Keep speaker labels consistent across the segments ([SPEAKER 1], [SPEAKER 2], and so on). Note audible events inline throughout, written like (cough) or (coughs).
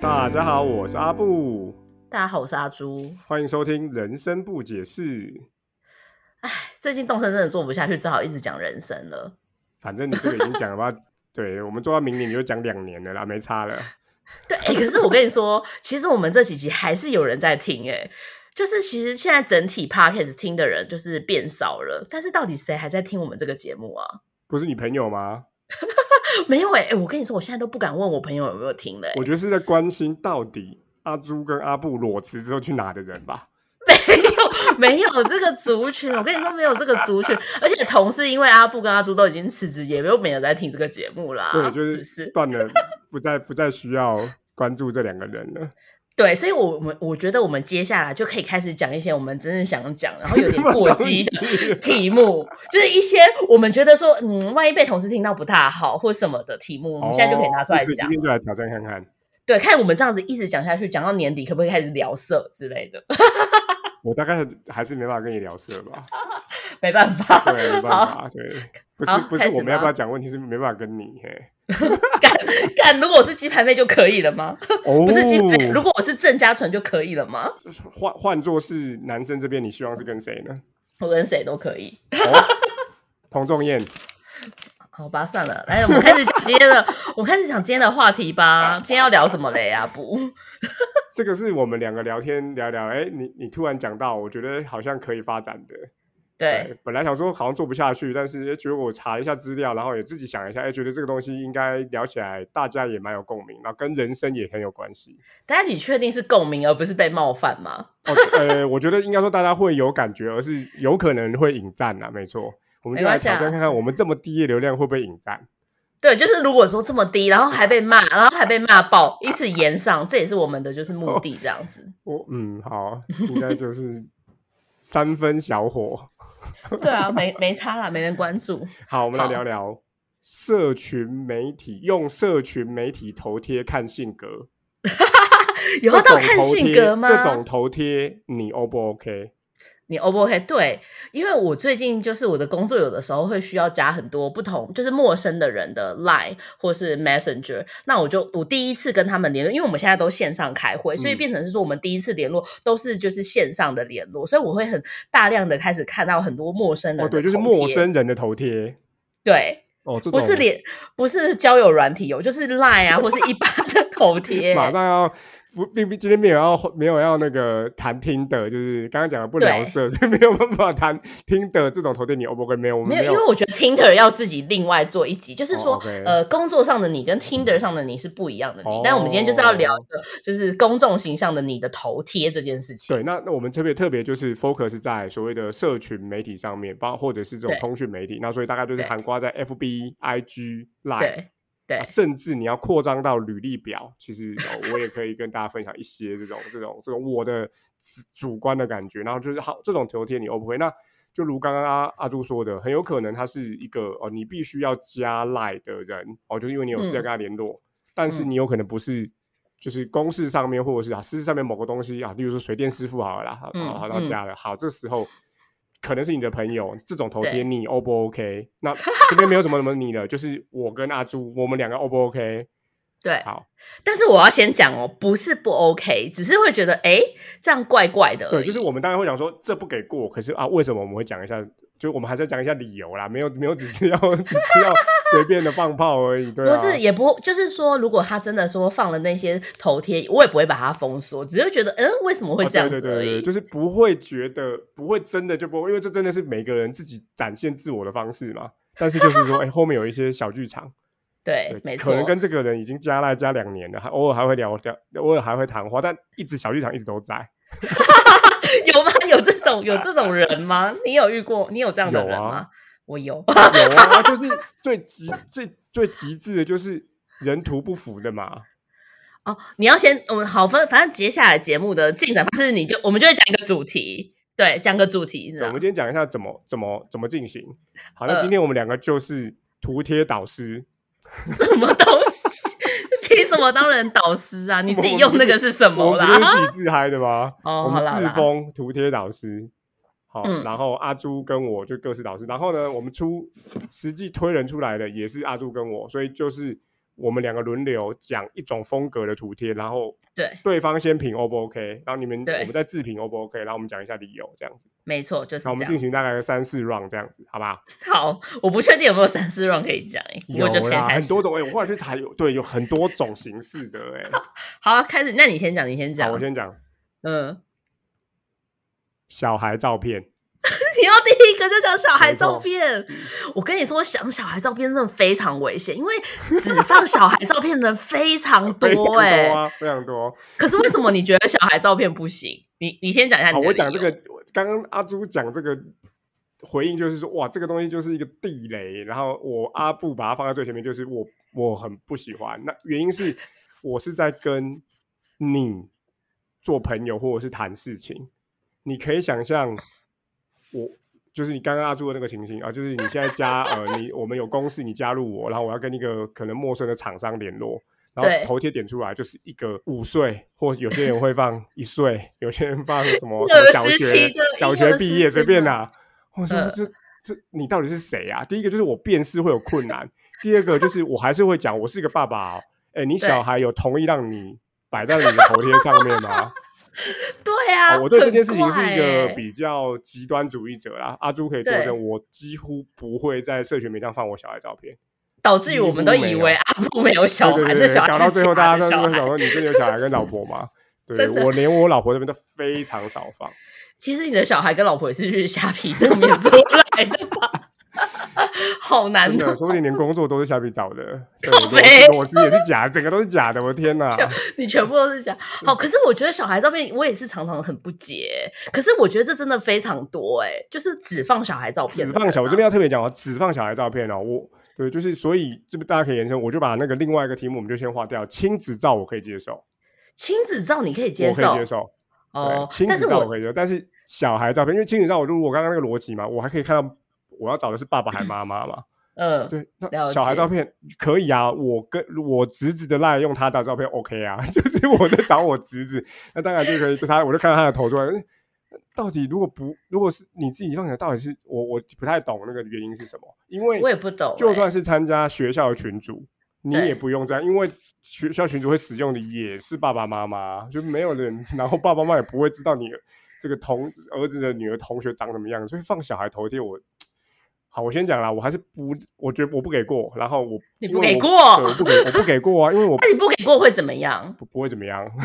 [SPEAKER 1] 大家好，我是阿布，
[SPEAKER 2] 大家好，我是阿朱。
[SPEAKER 1] 欢迎收听《人生不解释》。
[SPEAKER 2] 唉，最近动身真的做不下去，只好一直讲人生了。
[SPEAKER 1] 反正你这个已经讲了吧？ (laughs) 对，我们做到明年你就讲两年了啦，没差了。
[SPEAKER 2] 对，哎、可是我跟你说，其实我们这几集还是有人在听、哎，就是其实现在整体 podcast 听的人就是变少了，但是到底谁还在听我们这个节目啊？
[SPEAKER 1] 不是你朋友吗？
[SPEAKER 2] 没有哎、哎我跟你说，我现在都不敢问我朋友有没有听了、哎
[SPEAKER 1] 我觉得是在关心到底阿朱跟阿布裸辞之后去哪的人吧。
[SPEAKER 2] 没有这个族群，我跟你说没有这个族群，而且同事因为阿布跟阿朱都已经辞职，也没有没有在听这个节目啦，
[SPEAKER 1] 对，就是是
[SPEAKER 2] 不是？
[SPEAKER 1] 断了，不再 (laughs) 不再需要关注这两个人了。
[SPEAKER 2] 对，所以我，我们我觉得我们接下来就可以开始讲一些我们真正想讲，然后有点过
[SPEAKER 1] (laughs)
[SPEAKER 2] 激
[SPEAKER 1] 什么东西
[SPEAKER 2] 的题目，就是一些我们觉得说，嗯，万一被同事听到不大好或什么的题目，我们现在就可以拿出来
[SPEAKER 1] 哦所以今
[SPEAKER 2] 讲。
[SPEAKER 1] 天就来挑战看看。
[SPEAKER 2] 对，看我们这样子一直讲下去，讲到年底可不可以开始聊色之类的？ (laughs)
[SPEAKER 1] 我大概还是没办法跟你聊色吧，
[SPEAKER 2] 没办法，
[SPEAKER 1] 对，没办法，对，不是
[SPEAKER 2] 好
[SPEAKER 1] 不是
[SPEAKER 2] 开始
[SPEAKER 1] 我们要不
[SPEAKER 2] 吧
[SPEAKER 1] 要讲问题，是没办法跟你嘿。
[SPEAKER 2] 干干，如果我是鸡排妹就可以了吗？
[SPEAKER 1] 哦
[SPEAKER 2] 不是鸡排妹，如果我是郑嘉纯就可以了吗？
[SPEAKER 1] 换换作是男生这边，你希望是跟谁
[SPEAKER 2] (laughs)
[SPEAKER 1] 呢？
[SPEAKER 2] 我跟谁都可以。
[SPEAKER 1] 哦、童仲彦，
[SPEAKER 2] 好吧，算了，来，我们开始讲今天的，我们开始讲今天的话题吧。今天要聊什么嘞？阿布，
[SPEAKER 1] 这个是我们两个聊天聊聊，哎，你你突然讲到，我觉得好像可以发展的。
[SPEAKER 2] 对，，
[SPEAKER 1] 本来想说好像做不下去，但是哎，觉得我查一下资料，然后也自己想一下，哎，觉得这个东西应该聊起来，大家也蛮有共鸣，然后跟人生也很有关系。
[SPEAKER 2] 但是你确定是共鸣而不是被冒犯吗？
[SPEAKER 1] 哦，呃，我觉得应该说大家会有感觉，而是有可能会引战啊，没错。我们就
[SPEAKER 2] 没
[SPEAKER 1] 来
[SPEAKER 2] 关系
[SPEAKER 1] 挑
[SPEAKER 2] 啊
[SPEAKER 1] 战看看，我们这么低的流量会不会引战？
[SPEAKER 2] 对，就是如果说这么低，然后还被骂，然后还被骂爆， (laughs) 一次延上，这也是我们的就是目的这样子。
[SPEAKER 1] 我嗯，好，应该就是
[SPEAKER 2] (laughs)
[SPEAKER 1] 三分小火。
[SPEAKER 2] 对啊，没没差啦，没人关注。
[SPEAKER 1] 好，我们来
[SPEAKER 2] 好
[SPEAKER 1] 聊聊社群媒体，用社群媒体头贴看性格，
[SPEAKER 2] 有
[SPEAKER 1] 这
[SPEAKER 2] 啊要到
[SPEAKER 1] 种
[SPEAKER 2] 看
[SPEAKER 1] 头
[SPEAKER 2] 性
[SPEAKER 1] 贴
[SPEAKER 2] 格吗？
[SPEAKER 1] 这种头贴你 O 不 OK？
[SPEAKER 2] 你 O 不 OK？对，因为我最近就是我的工作，有的时候会需要加很多不同，就是陌生的人的 Line 或是 Messenger。那我就我第一次跟他们联络，因为我们现在都线上开会，所以
[SPEAKER 1] 嗯
[SPEAKER 2] 变成是说我们第一次联络都是就是线上的联络，所以我会很大量的开始看到很多陌生人的
[SPEAKER 1] 哦，对，就是
[SPEAKER 2] 头
[SPEAKER 1] 陌
[SPEAKER 2] 贴，
[SPEAKER 1] 生人的头贴。
[SPEAKER 2] 对，
[SPEAKER 1] 哦，这
[SPEAKER 2] 不是
[SPEAKER 1] 种
[SPEAKER 2] 脸，不是交友软体有，就是 Line 啊，或是一般的 (laughs) 头贴，
[SPEAKER 1] 马上要不，并不今天没有要没有要那个谈听的，就是刚刚讲的不聊
[SPEAKER 2] 对
[SPEAKER 1] 色， (laughs) 所以没有办法谈听的这种头贴你 O 不 OK？没有，我们
[SPEAKER 2] 没
[SPEAKER 1] 没
[SPEAKER 2] 有，因为我觉得 Tinder 要自己另外做一集，就是说，
[SPEAKER 1] 哦，OK
[SPEAKER 2] 呃，工作上的你跟 Tinder 上的你是不一样的你。
[SPEAKER 1] 哦
[SPEAKER 2] 但我们今天就是要聊一个，就是公众形象的你的头贴这件事情。
[SPEAKER 1] 对，那那我们特别特别就是 focus 在所谓的社群媒体上面，包或者是这种
[SPEAKER 2] 对
[SPEAKER 1] 通讯媒体，那所以大概就是
[SPEAKER 2] 对
[SPEAKER 1] 涵盖在 FB、IG、Line，
[SPEAKER 2] 对对
[SPEAKER 1] 啊甚至你要扩张到履历表，其实、哦我也可以跟大家分享一些这种这种这种我的主主观的感觉，然后就是好这种头贴你 O 不 OK？那就如刚刚阿阿朱说的，很有可能他是一个哦，你必须要加 Line 的人哦，就是因为你有事要
[SPEAKER 2] 嗯
[SPEAKER 1] 跟他联络，但是
[SPEAKER 2] 嗯
[SPEAKER 1] 你有可能不是就是公事上面，或者是啊私事上面某个东西啊，例如说水电师傅好了啦，
[SPEAKER 2] 嗯
[SPEAKER 1] 好好到
[SPEAKER 2] 嗯
[SPEAKER 1] 家了，好，这时候可能是你的朋友，这种头贴
[SPEAKER 2] 对
[SPEAKER 1] 你 O 不 OK？那这边没有什么什么你了，就是我跟阿朱，我们两个 O 不 OK？
[SPEAKER 2] 对
[SPEAKER 1] 好，
[SPEAKER 2] 但是我要先讲哦，不是不 OK，只是会觉得哎，这样怪怪的而
[SPEAKER 1] 对，
[SPEAKER 2] 已。
[SPEAKER 1] 就是我们当然会讲说这不给过，可是啊，为什么我们会讲一下？就我们还是要讲一下理由啦，没有没有只是要 (laughs) 只是要随便的放炮而已，对啊，
[SPEAKER 2] 不是，也不就是说，如果他真的说放了那些头贴，我也不会把它封锁，只是觉得，嗯，为什么会
[SPEAKER 1] 哦
[SPEAKER 2] 这样
[SPEAKER 1] 对
[SPEAKER 2] 子
[SPEAKER 1] 对
[SPEAKER 2] 而
[SPEAKER 1] 对
[SPEAKER 2] 已
[SPEAKER 1] 对，。就是不会觉得不会真的就不会，因为这真的是每个人自己展现自我的方式嘛。但是就是说，哎、后面有一些小剧场，
[SPEAKER 2] 对，
[SPEAKER 1] 对，
[SPEAKER 2] 没
[SPEAKER 1] 可
[SPEAKER 2] 错
[SPEAKER 1] 能。跟这个人已经加赖加两年了，还偶尔还会聊聊，偶尔还会谈话，但一直小剧场一直都
[SPEAKER 2] (laughs)
[SPEAKER 1] 在。
[SPEAKER 2] 有吗？有这种
[SPEAKER 1] (laughs)
[SPEAKER 2] 有这种人吗？你有遇过？你有这样的
[SPEAKER 1] 有
[SPEAKER 2] 人
[SPEAKER 1] 啊
[SPEAKER 2] 吗？我有。
[SPEAKER 1] 有啊，就是最极最最极致的就是人图不符的嘛。
[SPEAKER 2] 哦，你要先，我们好分，反正接下来节目的进展方式，你就我们就会讲一个主题，对，讲个主题，
[SPEAKER 1] 对
[SPEAKER 2] 这
[SPEAKER 1] 我们
[SPEAKER 2] 样
[SPEAKER 1] 今天讲一下怎么怎么怎么进行。好，那
[SPEAKER 2] 啊呃
[SPEAKER 1] 今天我们两个就是图贴导师，
[SPEAKER 2] (laughs) 什么东西？凭什么当人导师啊？你自己用那个是什
[SPEAKER 1] 我
[SPEAKER 2] 么
[SPEAKER 1] 们不是
[SPEAKER 2] 啦？
[SPEAKER 1] 自己自嗨的吗？
[SPEAKER 2] 哦
[SPEAKER 1] 我
[SPEAKER 2] 好
[SPEAKER 1] 们
[SPEAKER 2] 啦好
[SPEAKER 1] 自
[SPEAKER 2] 啦
[SPEAKER 1] 封图贴导师。好，
[SPEAKER 2] 嗯
[SPEAKER 1] 然后阿朱跟我就各是导师，然后呢，我们出实际推人出来的也是阿朱跟我，所以就是我们两个轮流讲一种风格的图贴，然后
[SPEAKER 2] 对，
[SPEAKER 1] 对方先评 O 不 OK，然后你们
[SPEAKER 2] 对
[SPEAKER 1] 我们再自评 O 不 OK，然后我们讲一下理由这样子。
[SPEAKER 2] 没错，就是
[SPEAKER 1] 那我
[SPEAKER 2] 这
[SPEAKER 1] 们
[SPEAKER 2] 样
[SPEAKER 1] 进。行大概三四 round 这样子，好吧？
[SPEAKER 2] 好，我不确定有没有三四 round 可以讲、欸，
[SPEAKER 1] 有
[SPEAKER 2] 我就先
[SPEAKER 1] 啦，
[SPEAKER 2] 开
[SPEAKER 1] 很
[SPEAKER 2] 始。
[SPEAKER 1] 多种哎、我后来去查有对有很多种形式的
[SPEAKER 2] (laughs)
[SPEAKER 1] 哎、
[SPEAKER 2] 好，啊开始，那你先讲，你先讲
[SPEAKER 1] 好，我。先讲
[SPEAKER 2] 嗯，
[SPEAKER 1] 小孩照片，
[SPEAKER 2] 你要第一个就讲小孩
[SPEAKER 1] 没错
[SPEAKER 2] 照片。我跟你说，想小孩照片真的非常危险，因为只放小孩照片的人非常
[SPEAKER 1] (laughs) 非常
[SPEAKER 2] 多哎、
[SPEAKER 1] 多啊，非常多。
[SPEAKER 2] 可是为什么你觉得小孩照片不行？ (laughs) 你你先讲一下你
[SPEAKER 1] 好，
[SPEAKER 2] 的
[SPEAKER 1] 我讲
[SPEAKER 2] 理
[SPEAKER 1] 这
[SPEAKER 2] 由
[SPEAKER 1] 个，刚刚阿朱讲这个回应就是说，哇，这个东西就是一个地雷。然后我阿布把它放在最前面，就是我我很不喜欢。那原因
[SPEAKER 2] (laughs)
[SPEAKER 1] 是我是在跟你做朋友或者是谈事情，你可以想象我。就是你刚刚阿朱的那个情形啊，就是你现在加呃，你我们有公事，你加入我，然后我要跟一个可能陌生的厂商联络，然
[SPEAKER 2] 对
[SPEAKER 1] 后头贴点出来就是一个五岁，或有些人会放一岁，有些人放什
[SPEAKER 2] (laughs)
[SPEAKER 1] 么
[SPEAKER 2] 婴
[SPEAKER 1] 什么
[SPEAKER 2] 儿
[SPEAKER 1] 小
[SPEAKER 2] 时期
[SPEAKER 1] 学
[SPEAKER 2] 的
[SPEAKER 1] 小
[SPEAKER 2] 婴
[SPEAKER 1] 学
[SPEAKER 2] 儿时
[SPEAKER 1] 毕业
[SPEAKER 2] 期
[SPEAKER 1] 随便
[SPEAKER 2] 的
[SPEAKER 1] 啦。我说
[SPEAKER 2] 嗯
[SPEAKER 1] 这这你到底是谁啊？第一个就是我辨识会有困难，第二个就是我还是会讲我是一个爸爸、哦。哎，你
[SPEAKER 2] 对
[SPEAKER 1] 小孩有同意让你摆在你的头贴上面吗？
[SPEAKER 2] 对啊、
[SPEAKER 1] 啊，我对这
[SPEAKER 2] 很
[SPEAKER 1] 件事情是一
[SPEAKER 2] 怪欸
[SPEAKER 1] 个比较极端主义者啦。阿朱可以作
[SPEAKER 2] 对
[SPEAKER 1] 证，我几乎不会在社群媒体上放我小孩照片。
[SPEAKER 2] 导致于我们都
[SPEAKER 1] 几乎没
[SPEAKER 2] 以
[SPEAKER 1] 有
[SPEAKER 2] 为阿布没有小
[SPEAKER 1] 对
[SPEAKER 2] 孩，
[SPEAKER 1] 对
[SPEAKER 2] 那
[SPEAKER 1] 对
[SPEAKER 2] 小
[SPEAKER 1] 对，搞
[SPEAKER 2] 孩是
[SPEAKER 1] 到最后
[SPEAKER 2] 其他
[SPEAKER 1] 大家
[SPEAKER 2] 的小
[SPEAKER 1] 都
[SPEAKER 2] 孩
[SPEAKER 1] 会想说，你真的有小孩跟老婆吗？对
[SPEAKER 2] 真的
[SPEAKER 1] 我连我老婆这边都非常少放。
[SPEAKER 2] 其实你的小孩跟老婆也是去虾皮上面做来的吧？ (laughs) 好难
[SPEAKER 1] 真的，
[SPEAKER 2] 哦，
[SPEAKER 1] 说不定连工作都是虾皮找的。
[SPEAKER 2] (laughs)
[SPEAKER 1] 对
[SPEAKER 2] 靠
[SPEAKER 1] 我自己
[SPEAKER 2] 北
[SPEAKER 1] 我自己也是假的，整个都是假的。我的天哪！
[SPEAKER 2] 你全部都是假。好，可是我觉得小孩照片，我也是常常很不解。可是我觉得这真的非常多哎、就是只放小孩照片
[SPEAKER 1] 只
[SPEAKER 2] 的人啊，
[SPEAKER 1] 放小，我这边要特别讲哦，只放小孩照片哦。我对，就是所以这边大家可以延伸，我就把那个另外一个题目我们就先划掉。亲子照我可以接受，
[SPEAKER 2] 亲子照你可以接
[SPEAKER 1] 我可
[SPEAKER 2] 受
[SPEAKER 1] 以接受。对，
[SPEAKER 2] 哦，
[SPEAKER 1] 亲
[SPEAKER 2] 但
[SPEAKER 1] 子
[SPEAKER 2] 是
[SPEAKER 1] 照我
[SPEAKER 2] 我
[SPEAKER 1] 可以接受，但是小孩照片，因为亲子照，我如果我刚刚那个逻辑嘛，我还可以看到我要找的是爸爸还妈妈嘛。
[SPEAKER 2] (clears throat) 嗯，
[SPEAKER 1] 对，
[SPEAKER 2] 了
[SPEAKER 1] 那小孩照
[SPEAKER 2] 解
[SPEAKER 1] 片可以啊，我跟我侄子的赖用他的照片 OK 啊， (laughs) 就是我在找我侄子，那当然就可以，就他我就看到他的头出来。嗯到底如果不，如果是你自己放起来，到底是我我不太懂那个原因是什么？因为
[SPEAKER 2] 我也不懂、
[SPEAKER 1] 就
[SPEAKER 2] 欸
[SPEAKER 1] 算是参加学校的群组，你
[SPEAKER 2] 对
[SPEAKER 1] 也不用这样，因为学校群组会使用的也是爸爸妈妈，就没有人，然后爸爸妈妈也不会知道你这个同儿子的女儿同学长什么样，所以放小孩头贴我。好，我先讲啦，我还是不，我觉得我不给过，然后我
[SPEAKER 2] (laughs) 你
[SPEAKER 1] 因
[SPEAKER 2] 不
[SPEAKER 1] 为
[SPEAKER 2] 给
[SPEAKER 1] 我对，我
[SPEAKER 2] 过
[SPEAKER 1] 不给，我不给过啊，因为我
[SPEAKER 2] 那你不给过会怎么样？
[SPEAKER 1] 不不会怎么样， (laughs)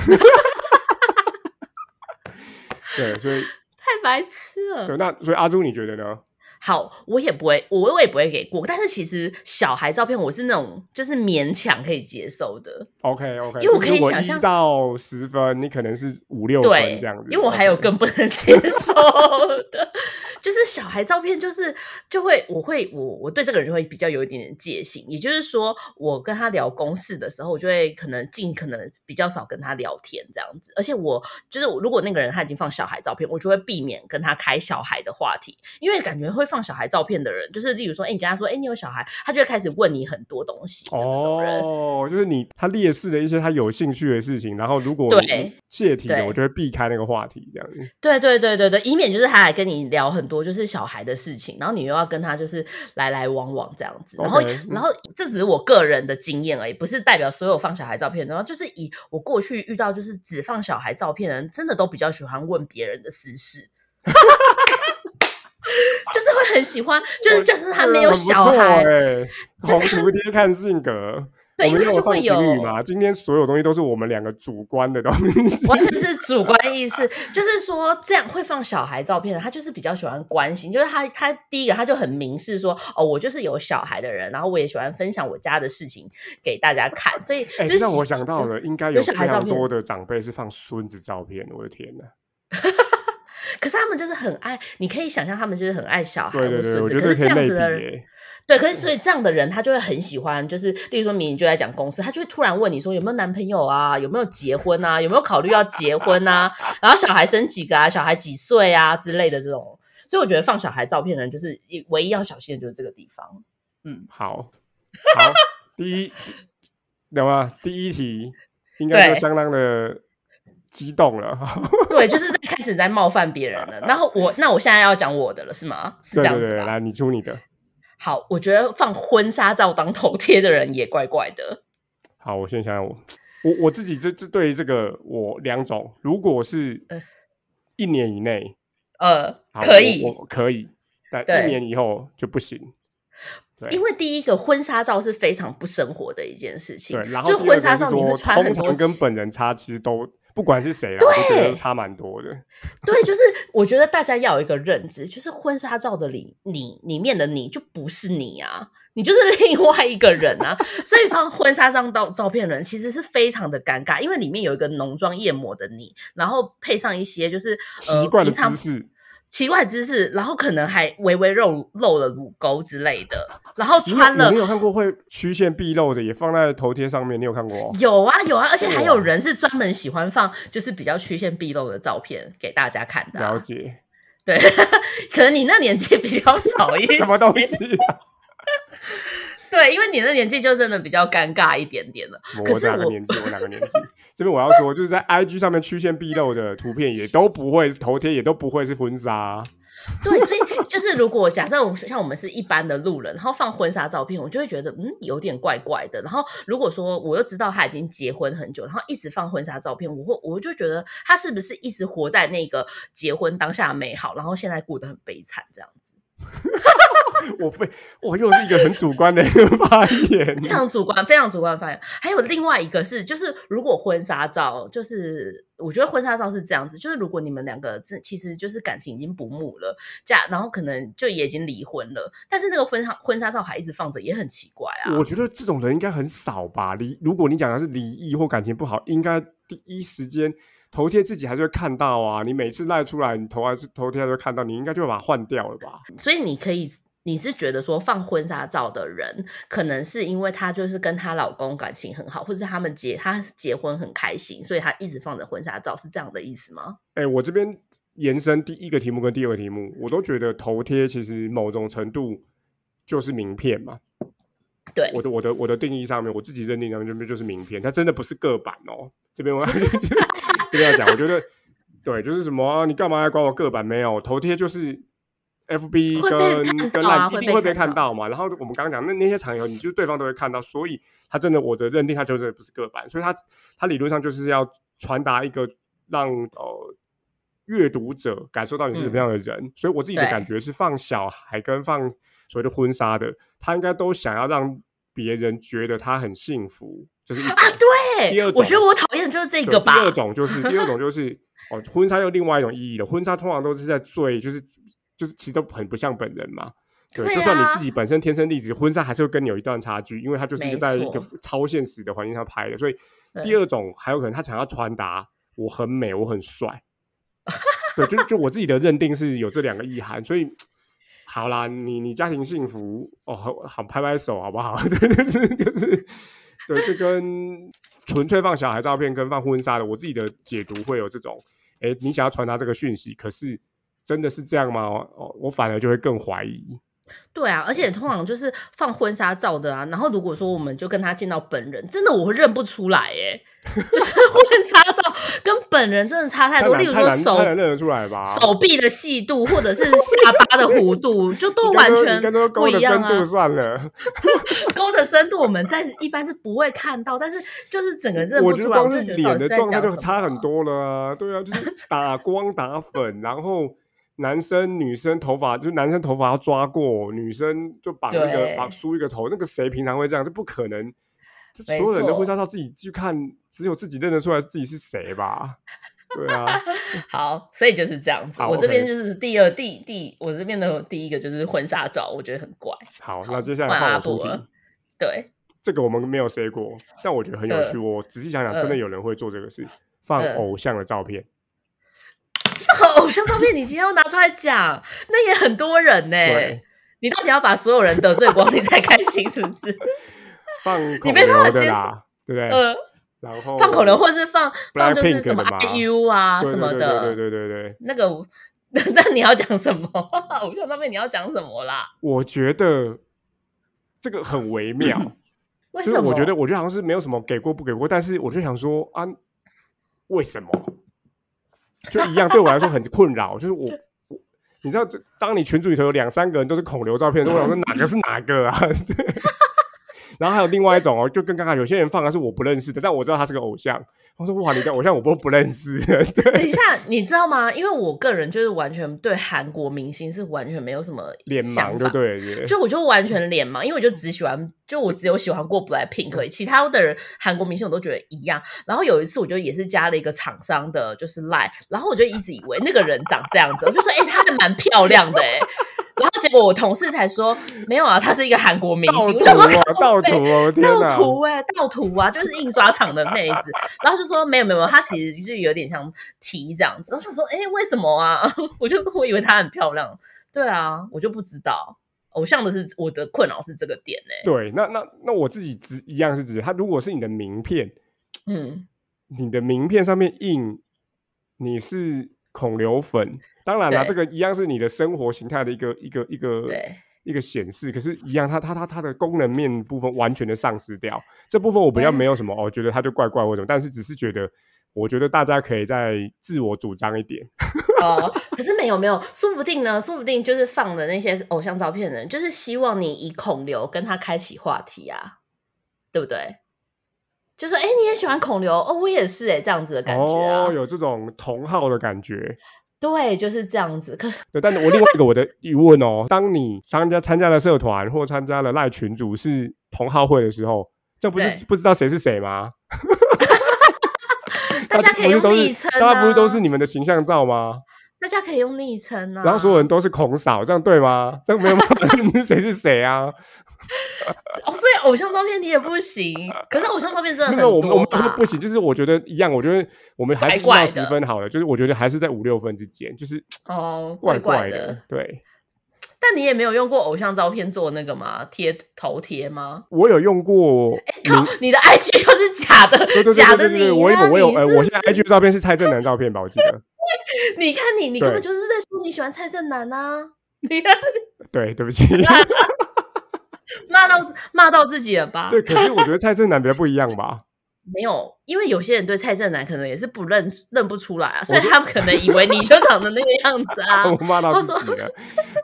[SPEAKER 1] 对，所以
[SPEAKER 2] 太白痴了。
[SPEAKER 1] 对，那所以阿朱你觉得呢？
[SPEAKER 2] 好，我也不会，我我也不会给过。但是其实小孩照片，我是那种就是勉强可以接受的，
[SPEAKER 1] OK OK，
[SPEAKER 2] 因为我可以想象
[SPEAKER 1] 一到十分，你可能是五六
[SPEAKER 2] 对
[SPEAKER 1] 分这样子，，
[SPEAKER 2] 因为我还有
[SPEAKER 1] OK
[SPEAKER 2] 更不能接受的，就是小孩照片，就是就会我会我我对这个人就会比较有一点点戒心，也就是说，我跟他聊公事的时候，我就会可能尽可能比较少跟他聊天这样子，而且我就是如果那个人他已经放小孩照片，我就会避免跟他开小孩的话题，因为感觉会放小孩照片的人，就是例如说，哎、你跟他说，哎、你有小孩，他就会开始问你很多东西的那种人。
[SPEAKER 1] 哦，就是你他列示了一些他有兴趣的事情，然后如果
[SPEAKER 2] 对
[SPEAKER 1] 你泄题了，
[SPEAKER 2] 对
[SPEAKER 1] 我就会避开那个话题，这样子。
[SPEAKER 2] 对对对对对，以免就是他来跟你聊很多就是小孩的事情，然后你又要跟他就是来来往往这样子，然后
[SPEAKER 1] OK，嗯
[SPEAKER 2] 然后这只是我个人的经验而已，不是代表所有放小孩照片的。然后就是以我过去遇到就是只放小孩照片的人，真的都比较喜欢问别人的私事。 (laughs) 就是会很喜欢，就是就算他没
[SPEAKER 1] (laughs)
[SPEAKER 2] 有小孩，
[SPEAKER 1] 哎，从图贴看性格。
[SPEAKER 2] (laughs) 对
[SPEAKER 1] 我们
[SPEAKER 2] 因为他
[SPEAKER 1] 有
[SPEAKER 2] 就会
[SPEAKER 1] 放情侣
[SPEAKER 2] 有
[SPEAKER 1] 嘛，今天所有东西都是我们两个主观的东
[SPEAKER 2] (laughs)
[SPEAKER 1] 西。
[SPEAKER 2] 完全是主观意识，就是说这样会放小孩照片的，他就是比较喜欢关心，就是他他第一个他就很明示说，哦，我就是有小孩的人，然后我也喜欢分享我家的事情给大家看，所以
[SPEAKER 1] (laughs) 哎，
[SPEAKER 2] 就是
[SPEAKER 1] 这让
[SPEAKER 2] 喜嗯
[SPEAKER 1] 我想到，了，应该
[SPEAKER 2] 有小
[SPEAKER 1] 非
[SPEAKER 2] 孩照
[SPEAKER 1] 常
[SPEAKER 2] 片
[SPEAKER 1] 多的长辈是放孙子照片，我的天哪！
[SPEAKER 2] 可是他们就是很爱，你可以想象他们就是很爱小孩
[SPEAKER 1] 对对
[SPEAKER 2] 或
[SPEAKER 1] 对，
[SPEAKER 2] 啊孙
[SPEAKER 1] 我
[SPEAKER 2] 子，
[SPEAKER 1] 觉得这
[SPEAKER 2] 可是
[SPEAKER 1] 可
[SPEAKER 2] 这
[SPEAKER 1] 以
[SPEAKER 2] 样
[SPEAKER 1] 类
[SPEAKER 2] 子
[SPEAKER 1] 比
[SPEAKER 2] 的人。
[SPEAKER 1] 耶。
[SPEAKER 2] 对，可是所以这样的人，他就会很喜欢，就是例如说，明明就在讲公司，他就会突然问你说有没有男朋友啊，有没有结婚啊，有没有考虑要结婚啊，然后小孩生几个啊，小孩几岁啊之类的这种。所以我觉得放小孩照片的人，就是一唯一要小心的就是这个地方。
[SPEAKER 1] 好，好，第一，懂吗？第一题应该
[SPEAKER 2] 对
[SPEAKER 1] 就相当的激动了。
[SPEAKER 2] 对，就是在开始在冒犯别人了。然后我，那我现在要讲我的了，是吗？ (laughs) 是这
[SPEAKER 1] 对
[SPEAKER 2] 样
[SPEAKER 1] 对
[SPEAKER 2] 子吧？
[SPEAKER 1] 对，来，你出你的。
[SPEAKER 2] 好，我觉得放婚纱照当头贴的人也怪怪的。
[SPEAKER 1] 好，我先想想我我我自己这这对于这个我两种，如果是
[SPEAKER 2] 呃
[SPEAKER 1] 一年以内，
[SPEAKER 2] 呃，
[SPEAKER 1] 好
[SPEAKER 2] 可以
[SPEAKER 1] 我，我可以，但
[SPEAKER 2] 对
[SPEAKER 1] 一年以后就不行。对
[SPEAKER 2] 因为第一个婚纱照是非常不生活的一件事情
[SPEAKER 1] 对，，然后
[SPEAKER 2] 就
[SPEAKER 1] 第二
[SPEAKER 2] 婚
[SPEAKER 1] 个
[SPEAKER 2] 纱
[SPEAKER 1] 是
[SPEAKER 2] 照你会
[SPEAKER 1] 说
[SPEAKER 2] 穿
[SPEAKER 1] 通
[SPEAKER 2] 很多
[SPEAKER 1] 常跟
[SPEAKER 2] 次
[SPEAKER 1] 本人差，其实都不管是谁啦，我都觉
[SPEAKER 2] 对
[SPEAKER 1] 得差蛮多的。
[SPEAKER 2] 对，就是我觉得大家要有一个认知，就是婚纱照的里你里面的你就不是你啊，你就是 (laughs) 另外一个人啊。所以放婚纱照照照片的人其实是非常的尴尬，因为里面有一个浓妆艳抹的你，然后配上一些就是呃
[SPEAKER 1] 奇怪的
[SPEAKER 2] 平常
[SPEAKER 1] 姿势，
[SPEAKER 2] 奇怪姿势，然后可能还微微露露了乳沟之类的，然后
[SPEAKER 1] 你
[SPEAKER 2] 穿
[SPEAKER 1] 有
[SPEAKER 2] 了
[SPEAKER 1] 你有看过会曲线毕露的，也放在头贴上面，你有看过哦？
[SPEAKER 2] 有啊有啊，而且还有
[SPEAKER 1] 哇
[SPEAKER 2] 人是专门喜欢放就是比较曲线毕露的照片给大家看的啊、
[SPEAKER 1] 了解，
[SPEAKER 2] 对， (laughs) 可能你那年纪比较少一点，
[SPEAKER 1] 什么东西啊？
[SPEAKER 2] (laughs) 对，因为你那年纪就真的比较尴尬一点点了。
[SPEAKER 1] 我
[SPEAKER 2] 可
[SPEAKER 1] 我
[SPEAKER 2] 是
[SPEAKER 1] 哪个
[SPEAKER 2] 我
[SPEAKER 1] 年纪？我哪个年纪？这边我要说，就是在 IG 上面曲线毕露的图片也都不会，头贴也都不会是婚纱啊。
[SPEAKER 2] 对，所以就是如果假设我们像我们是一般的路人，然后放婚纱照片，我就会觉得嗯有点怪怪的。然后如果说我又知道他已经结婚很久，然后一直放婚纱照片，我会我就觉得他是不是一直活在那个结婚当下的美好，然后现在过得很悲惨这样子，
[SPEAKER 1] 我非我又是一个很主观的发言
[SPEAKER 2] 非。常主观，非常主观的发言。还有另外一个是，就是如果婚纱照就是。我觉得婚纱照是这样子，就是如果你们两个这其实就是感情已经不睦了，嫁然后可能就也已经离婚了，但是那个婚纱婚纱照还一直放着，也很奇怪啊。
[SPEAKER 1] 我觉得这种人应该很少吧。离，如果你讲的是离异或感情不好，应该第一时间头贴自己还是会看到啊。你每次赖出来，你头还是头贴还是会看到，你应该就会把它换掉了吧？
[SPEAKER 2] 所以你可以，你是觉得说放婚纱照的人，可能是因为她就是跟她老公感情很好，或是他们结她结婚很开心，所以她一直放着婚纱照，是这样的意思吗？
[SPEAKER 1] 哎、我这边延伸第一个题目跟第二个题目，我都觉得头贴其实某种程度就是名片嘛。
[SPEAKER 2] 对，
[SPEAKER 1] 我的我的我的定义上面，我自己认定上面这边就是名片，它真的不是个版哦。这边我要 (laughs) 这边要讲，我觉得对，就是什么、啊、你干嘛要管我个版没有？头贴就是 F B
[SPEAKER 2] 会
[SPEAKER 1] 跟、
[SPEAKER 2] 被看
[SPEAKER 1] 跟
[SPEAKER 2] 到啊
[SPEAKER 1] 烂
[SPEAKER 2] 会
[SPEAKER 1] 一定
[SPEAKER 2] 被
[SPEAKER 1] 会被
[SPEAKER 2] 看
[SPEAKER 1] 看到嘛。然后我们刚刚讲那那些场合，你就是对方都会看到，所以他真的我的认定他就真的不是个版，所以他他理论上就是要传达一个让呃。阅读者感受到你是什么样的人，所以我自己的
[SPEAKER 2] 嗯对
[SPEAKER 1] 感觉是放小孩跟放所谓的婚纱的，他应该都想要让别人觉得他很幸福，就是一种
[SPEAKER 2] 啊，
[SPEAKER 1] 第
[SPEAKER 2] 对
[SPEAKER 1] 二，
[SPEAKER 2] 我觉
[SPEAKER 1] 种
[SPEAKER 2] 得我讨厌的就是这
[SPEAKER 1] 对
[SPEAKER 2] 个吧
[SPEAKER 1] 第。二种就是第二种就是哦，婚纱有另外一种意义了。婚纱通常都是在最就是就是其实都很不像本人嘛。对，
[SPEAKER 2] 对
[SPEAKER 1] 就算你
[SPEAKER 2] 啊
[SPEAKER 1] 自己本身天生丽质，婚纱还是会跟你有一段差距，因为它就是一个
[SPEAKER 2] 没
[SPEAKER 1] 在一个
[SPEAKER 2] 错
[SPEAKER 1] 超现实的环境下拍的。所以
[SPEAKER 2] 对
[SPEAKER 1] 第二种还有可能他想要传达我很美，我很帅。
[SPEAKER 2] (laughs)
[SPEAKER 1] 对，就就我自己的认定是有这两个意涵，所以。好啦，你你家庭幸福哦，好好拍拍手好不好？ (laughs) 对，就是就是，对，这跟纯粹放小孩照片跟放婚纱的，我自己的解读会有这种，哎，你想要传达这个讯息，可是真的是这样吗？哦，我反而就会更怀疑。
[SPEAKER 2] 对啊，而且通常就是放婚纱照的啊。然后如果说我们就跟他见到本人，真的我会认不出来耶，就是 (laughs) 婚纱照跟本人真的差太
[SPEAKER 1] 太
[SPEAKER 2] 多。
[SPEAKER 1] 难
[SPEAKER 2] 例如
[SPEAKER 1] 太
[SPEAKER 2] 说
[SPEAKER 1] 难
[SPEAKER 2] 手
[SPEAKER 1] 太难认啊得出来吧？
[SPEAKER 2] 手臂的细度，或者是下巴的弧度，就都
[SPEAKER 1] 你
[SPEAKER 2] 完
[SPEAKER 1] 跟说
[SPEAKER 2] 全
[SPEAKER 1] 你跟说
[SPEAKER 2] 不
[SPEAKER 1] 勾
[SPEAKER 2] 一
[SPEAKER 1] 的
[SPEAKER 2] 样
[SPEAKER 1] 深
[SPEAKER 2] 啊。
[SPEAKER 1] 度算了，
[SPEAKER 2] 沟的深度我们在一般是不会看到，但是就是整个认
[SPEAKER 1] 我
[SPEAKER 2] 不
[SPEAKER 1] 觉
[SPEAKER 2] 出
[SPEAKER 1] 得
[SPEAKER 2] 来，
[SPEAKER 1] 光
[SPEAKER 2] 就是觉得
[SPEAKER 1] 脸
[SPEAKER 2] 到底
[SPEAKER 1] 的
[SPEAKER 2] 是在
[SPEAKER 1] 状态
[SPEAKER 2] 讲
[SPEAKER 1] 就
[SPEAKER 2] 什
[SPEAKER 1] 差
[SPEAKER 2] 么
[SPEAKER 1] 很多了啊！对啊，就是
[SPEAKER 2] (laughs)
[SPEAKER 1] 打光打粉，然后男生女生头发，就是男生头发要抓过，女生就绑那个
[SPEAKER 2] 对
[SPEAKER 1] 绑梳一个头，那个谁平常会这样？这不可能。这所
[SPEAKER 2] 没
[SPEAKER 1] 有人的
[SPEAKER 2] 错
[SPEAKER 1] 婚纱照自己去看，只有自己认得出来自己是谁吧？对
[SPEAKER 2] (laughs)
[SPEAKER 1] 啊，
[SPEAKER 2] 好，所以就是这样子。
[SPEAKER 1] 好
[SPEAKER 2] 我
[SPEAKER 1] OK
[SPEAKER 2] 这边就是第二第第，我这边的第一个就是婚纱照，我觉得很怪。
[SPEAKER 1] 好，那接下来
[SPEAKER 2] 换
[SPEAKER 1] 换
[SPEAKER 2] 阿
[SPEAKER 1] 我出
[SPEAKER 2] 布
[SPEAKER 1] 题。
[SPEAKER 2] 了对，
[SPEAKER 1] 这个我们没有 say 过，但我觉得很有趣。
[SPEAKER 2] 呃
[SPEAKER 1] 我仔细想想，真的
[SPEAKER 2] 呃
[SPEAKER 1] 有人会做这个事，放
[SPEAKER 2] 呃
[SPEAKER 1] 偶像的照片。
[SPEAKER 2] 偶像照片你今天要拿出来讲，那也很多人呢、
[SPEAKER 1] 对
[SPEAKER 2] 你到底要把所有人得罪光，你才开心是不是？
[SPEAKER 1] 放口
[SPEAKER 2] 没办
[SPEAKER 1] 流
[SPEAKER 2] 法
[SPEAKER 1] 的
[SPEAKER 2] 接
[SPEAKER 1] 啦， (laughs) 对不对？
[SPEAKER 2] 呃，
[SPEAKER 1] 然后
[SPEAKER 2] 放口流，或是放放就是
[SPEAKER 1] Blackpink
[SPEAKER 2] 什么
[SPEAKER 1] 的嘛
[SPEAKER 2] IU 啊
[SPEAKER 1] 对
[SPEAKER 2] 什
[SPEAKER 1] 对
[SPEAKER 2] 么
[SPEAKER 1] 对对
[SPEAKER 2] 的，
[SPEAKER 1] 对对对对，
[SPEAKER 2] 那个， (laughs) 那你要讲什么？ (laughs) 偶像照片你要讲什么啦？
[SPEAKER 1] 我觉得这个很微妙，
[SPEAKER 2] 为
[SPEAKER 1] 就
[SPEAKER 2] 什
[SPEAKER 1] 是
[SPEAKER 2] 么？
[SPEAKER 1] 我觉得我觉得好像是没有什么给过不给过，但是我就想说啊，为什么？就一样对我来说很困扰，就是
[SPEAKER 2] (laughs)
[SPEAKER 1] 我。我你知道，这当你群组里头有两三个人都是孔流照片的时候，我想说哪个是哪个啊？对 (laughs) 然后还有另外一种哦，就跟刚刚有些人放的是我不认识的，但我知道他是个偶像。我说哇，你的偶像我都不认识。 (laughs) 对，
[SPEAKER 2] (laughs) 等一下，你知道吗？因为我个人就是完全对韩国明星是完全没有什么
[SPEAKER 1] 脸盲
[SPEAKER 2] 想
[SPEAKER 1] 就
[SPEAKER 2] 法，
[SPEAKER 1] 对了。
[SPEAKER 2] 就我就完全脸盲，因为我就只喜欢，就我只有喜欢过 BLACKPINK，而已其他的人韩国明星我都觉得一样。然后有一次，我就也是加了一个厂商的，就是 Line，然后我就一直以为那个人长这样子，我就说，哎、她还蛮漂亮的、哎。然后结果我同事才说，没有啊，她是一个韩国
[SPEAKER 1] (laughs)
[SPEAKER 2] 明
[SPEAKER 1] 盗
[SPEAKER 2] 星。我
[SPEAKER 1] 图
[SPEAKER 2] 就说，
[SPEAKER 1] 啊，盗图哦！我的天
[SPEAKER 2] (laughs) 盗
[SPEAKER 1] 哪，
[SPEAKER 2] 图哎、盗图啊，就是印刷厂的妹子。然后就说没有没有，没有她其实就是有点像 T 这样子。然后就说哎、为什么啊？ (laughs) 我就说我以为她很漂亮，对啊，我就不知道。偶像的是我的困扰是这个点哎、
[SPEAKER 1] 对，那那那我自己直一样是直接，他如果是你的名片，
[SPEAKER 2] 嗯，
[SPEAKER 1] 你的名片上面印你是孔刘粉，当然啦，
[SPEAKER 2] 对
[SPEAKER 1] 这个一样是你的生活形态的一个一个一个
[SPEAKER 2] 对
[SPEAKER 1] (laughs) 一个显示，可是，一样它它它它的功能面部分完全的丧失掉，这部分我比较
[SPEAKER 2] 对
[SPEAKER 1] 没有什么哦，觉得它就怪怪或什么，但是只是觉得，我觉得大家可以再自我主张一点，
[SPEAKER 2] 哦，可是没有没有，说不定呢，说不定就是放的那些偶像照片的人，就是希望你以孔刘跟他开启话题啊，对不对？就说哎、你也喜欢孔刘哦，我也是哎、这样子的感觉啊，
[SPEAKER 1] 哦，有这种同号的感觉。
[SPEAKER 2] 对，就是这样子。可是
[SPEAKER 1] 对，但是我另外一个我的疑问哦，当你参加参加了社团或参加了赖群组是同好会的时候，这不是
[SPEAKER 2] 对
[SPEAKER 1] 不知道谁是谁吗？
[SPEAKER 2] (laughs) 大家
[SPEAKER 1] 不
[SPEAKER 2] 可以
[SPEAKER 1] 是
[SPEAKER 2] 用
[SPEAKER 1] 都是
[SPEAKER 2] 昵称、啊，
[SPEAKER 1] 大家不是都是你们的形象照吗？
[SPEAKER 2] 大家可以用昵称啊。
[SPEAKER 1] 然后所有人都是孔嫂，这样对吗？这样没有办法认识谁是谁
[SPEAKER 2] (laughs)
[SPEAKER 1] 啊？
[SPEAKER 2] 哦，所以偶像照片你也不行，可是偶像照片真的
[SPEAKER 1] 那
[SPEAKER 2] 很
[SPEAKER 1] 个我们我
[SPEAKER 2] 多
[SPEAKER 1] 们
[SPEAKER 2] 吧？
[SPEAKER 1] 说不行，就是我觉得一样，我觉得我们还是一
[SPEAKER 2] 怪
[SPEAKER 1] 到
[SPEAKER 2] 怪
[SPEAKER 1] 十
[SPEAKER 2] 的
[SPEAKER 1] 分好了，就是我觉得还是在五六分之间，就是
[SPEAKER 2] 哦，
[SPEAKER 1] 怪
[SPEAKER 2] 怪
[SPEAKER 1] 的。对
[SPEAKER 2] 但你也没有用过偶像照片做那个吗？贴头贴吗？
[SPEAKER 1] 我有用过名，
[SPEAKER 2] 靠，你的 IG 就是假的，
[SPEAKER 1] 对对对
[SPEAKER 2] 假
[SPEAKER 1] 对
[SPEAKER 2] 的
[SPEAKER 1] 对
[SPEAKER 2] 你、
[SPEAKER 1] 对，
[SPEAKER 2] 啊。
[SPEAKER 1] 我有我有，
[SPEAKER 2] 你
[SPEAKER 1] 哎，
[SPEAKER 2] 是
[SPEAKER 1] 我现在 IG 照片是蔡正南照片吧？我记得，
[SPEAKER 2] 你看你，你根
[SPEAKER 1] 对
[SPEAKER 2] 本就是在说你喜欢蔡正南啊！你看
[SPEAKER 1] 对，对不起。
[SPEAKER 2] (laughs) 啊骂到骂到自己了吧？
[SPEAKER 1] (laughs) 对，可是我觉得蔡正南比较不一样吧。
[SPEAKER 2] 没有，因为有些人对蔡正南可能也是不认认不出来啊，所以
[SPEAKER 1] 就
[SPEAKER 2] 他们可能以为你就长得那个样子啊。
[SPEAKER 1] (laughs) 我骂到
[SPEAKER 2] 他
[SPEAKER 1] 自
[SPEAKER 2] 说
[SPEAKER 1] 己了。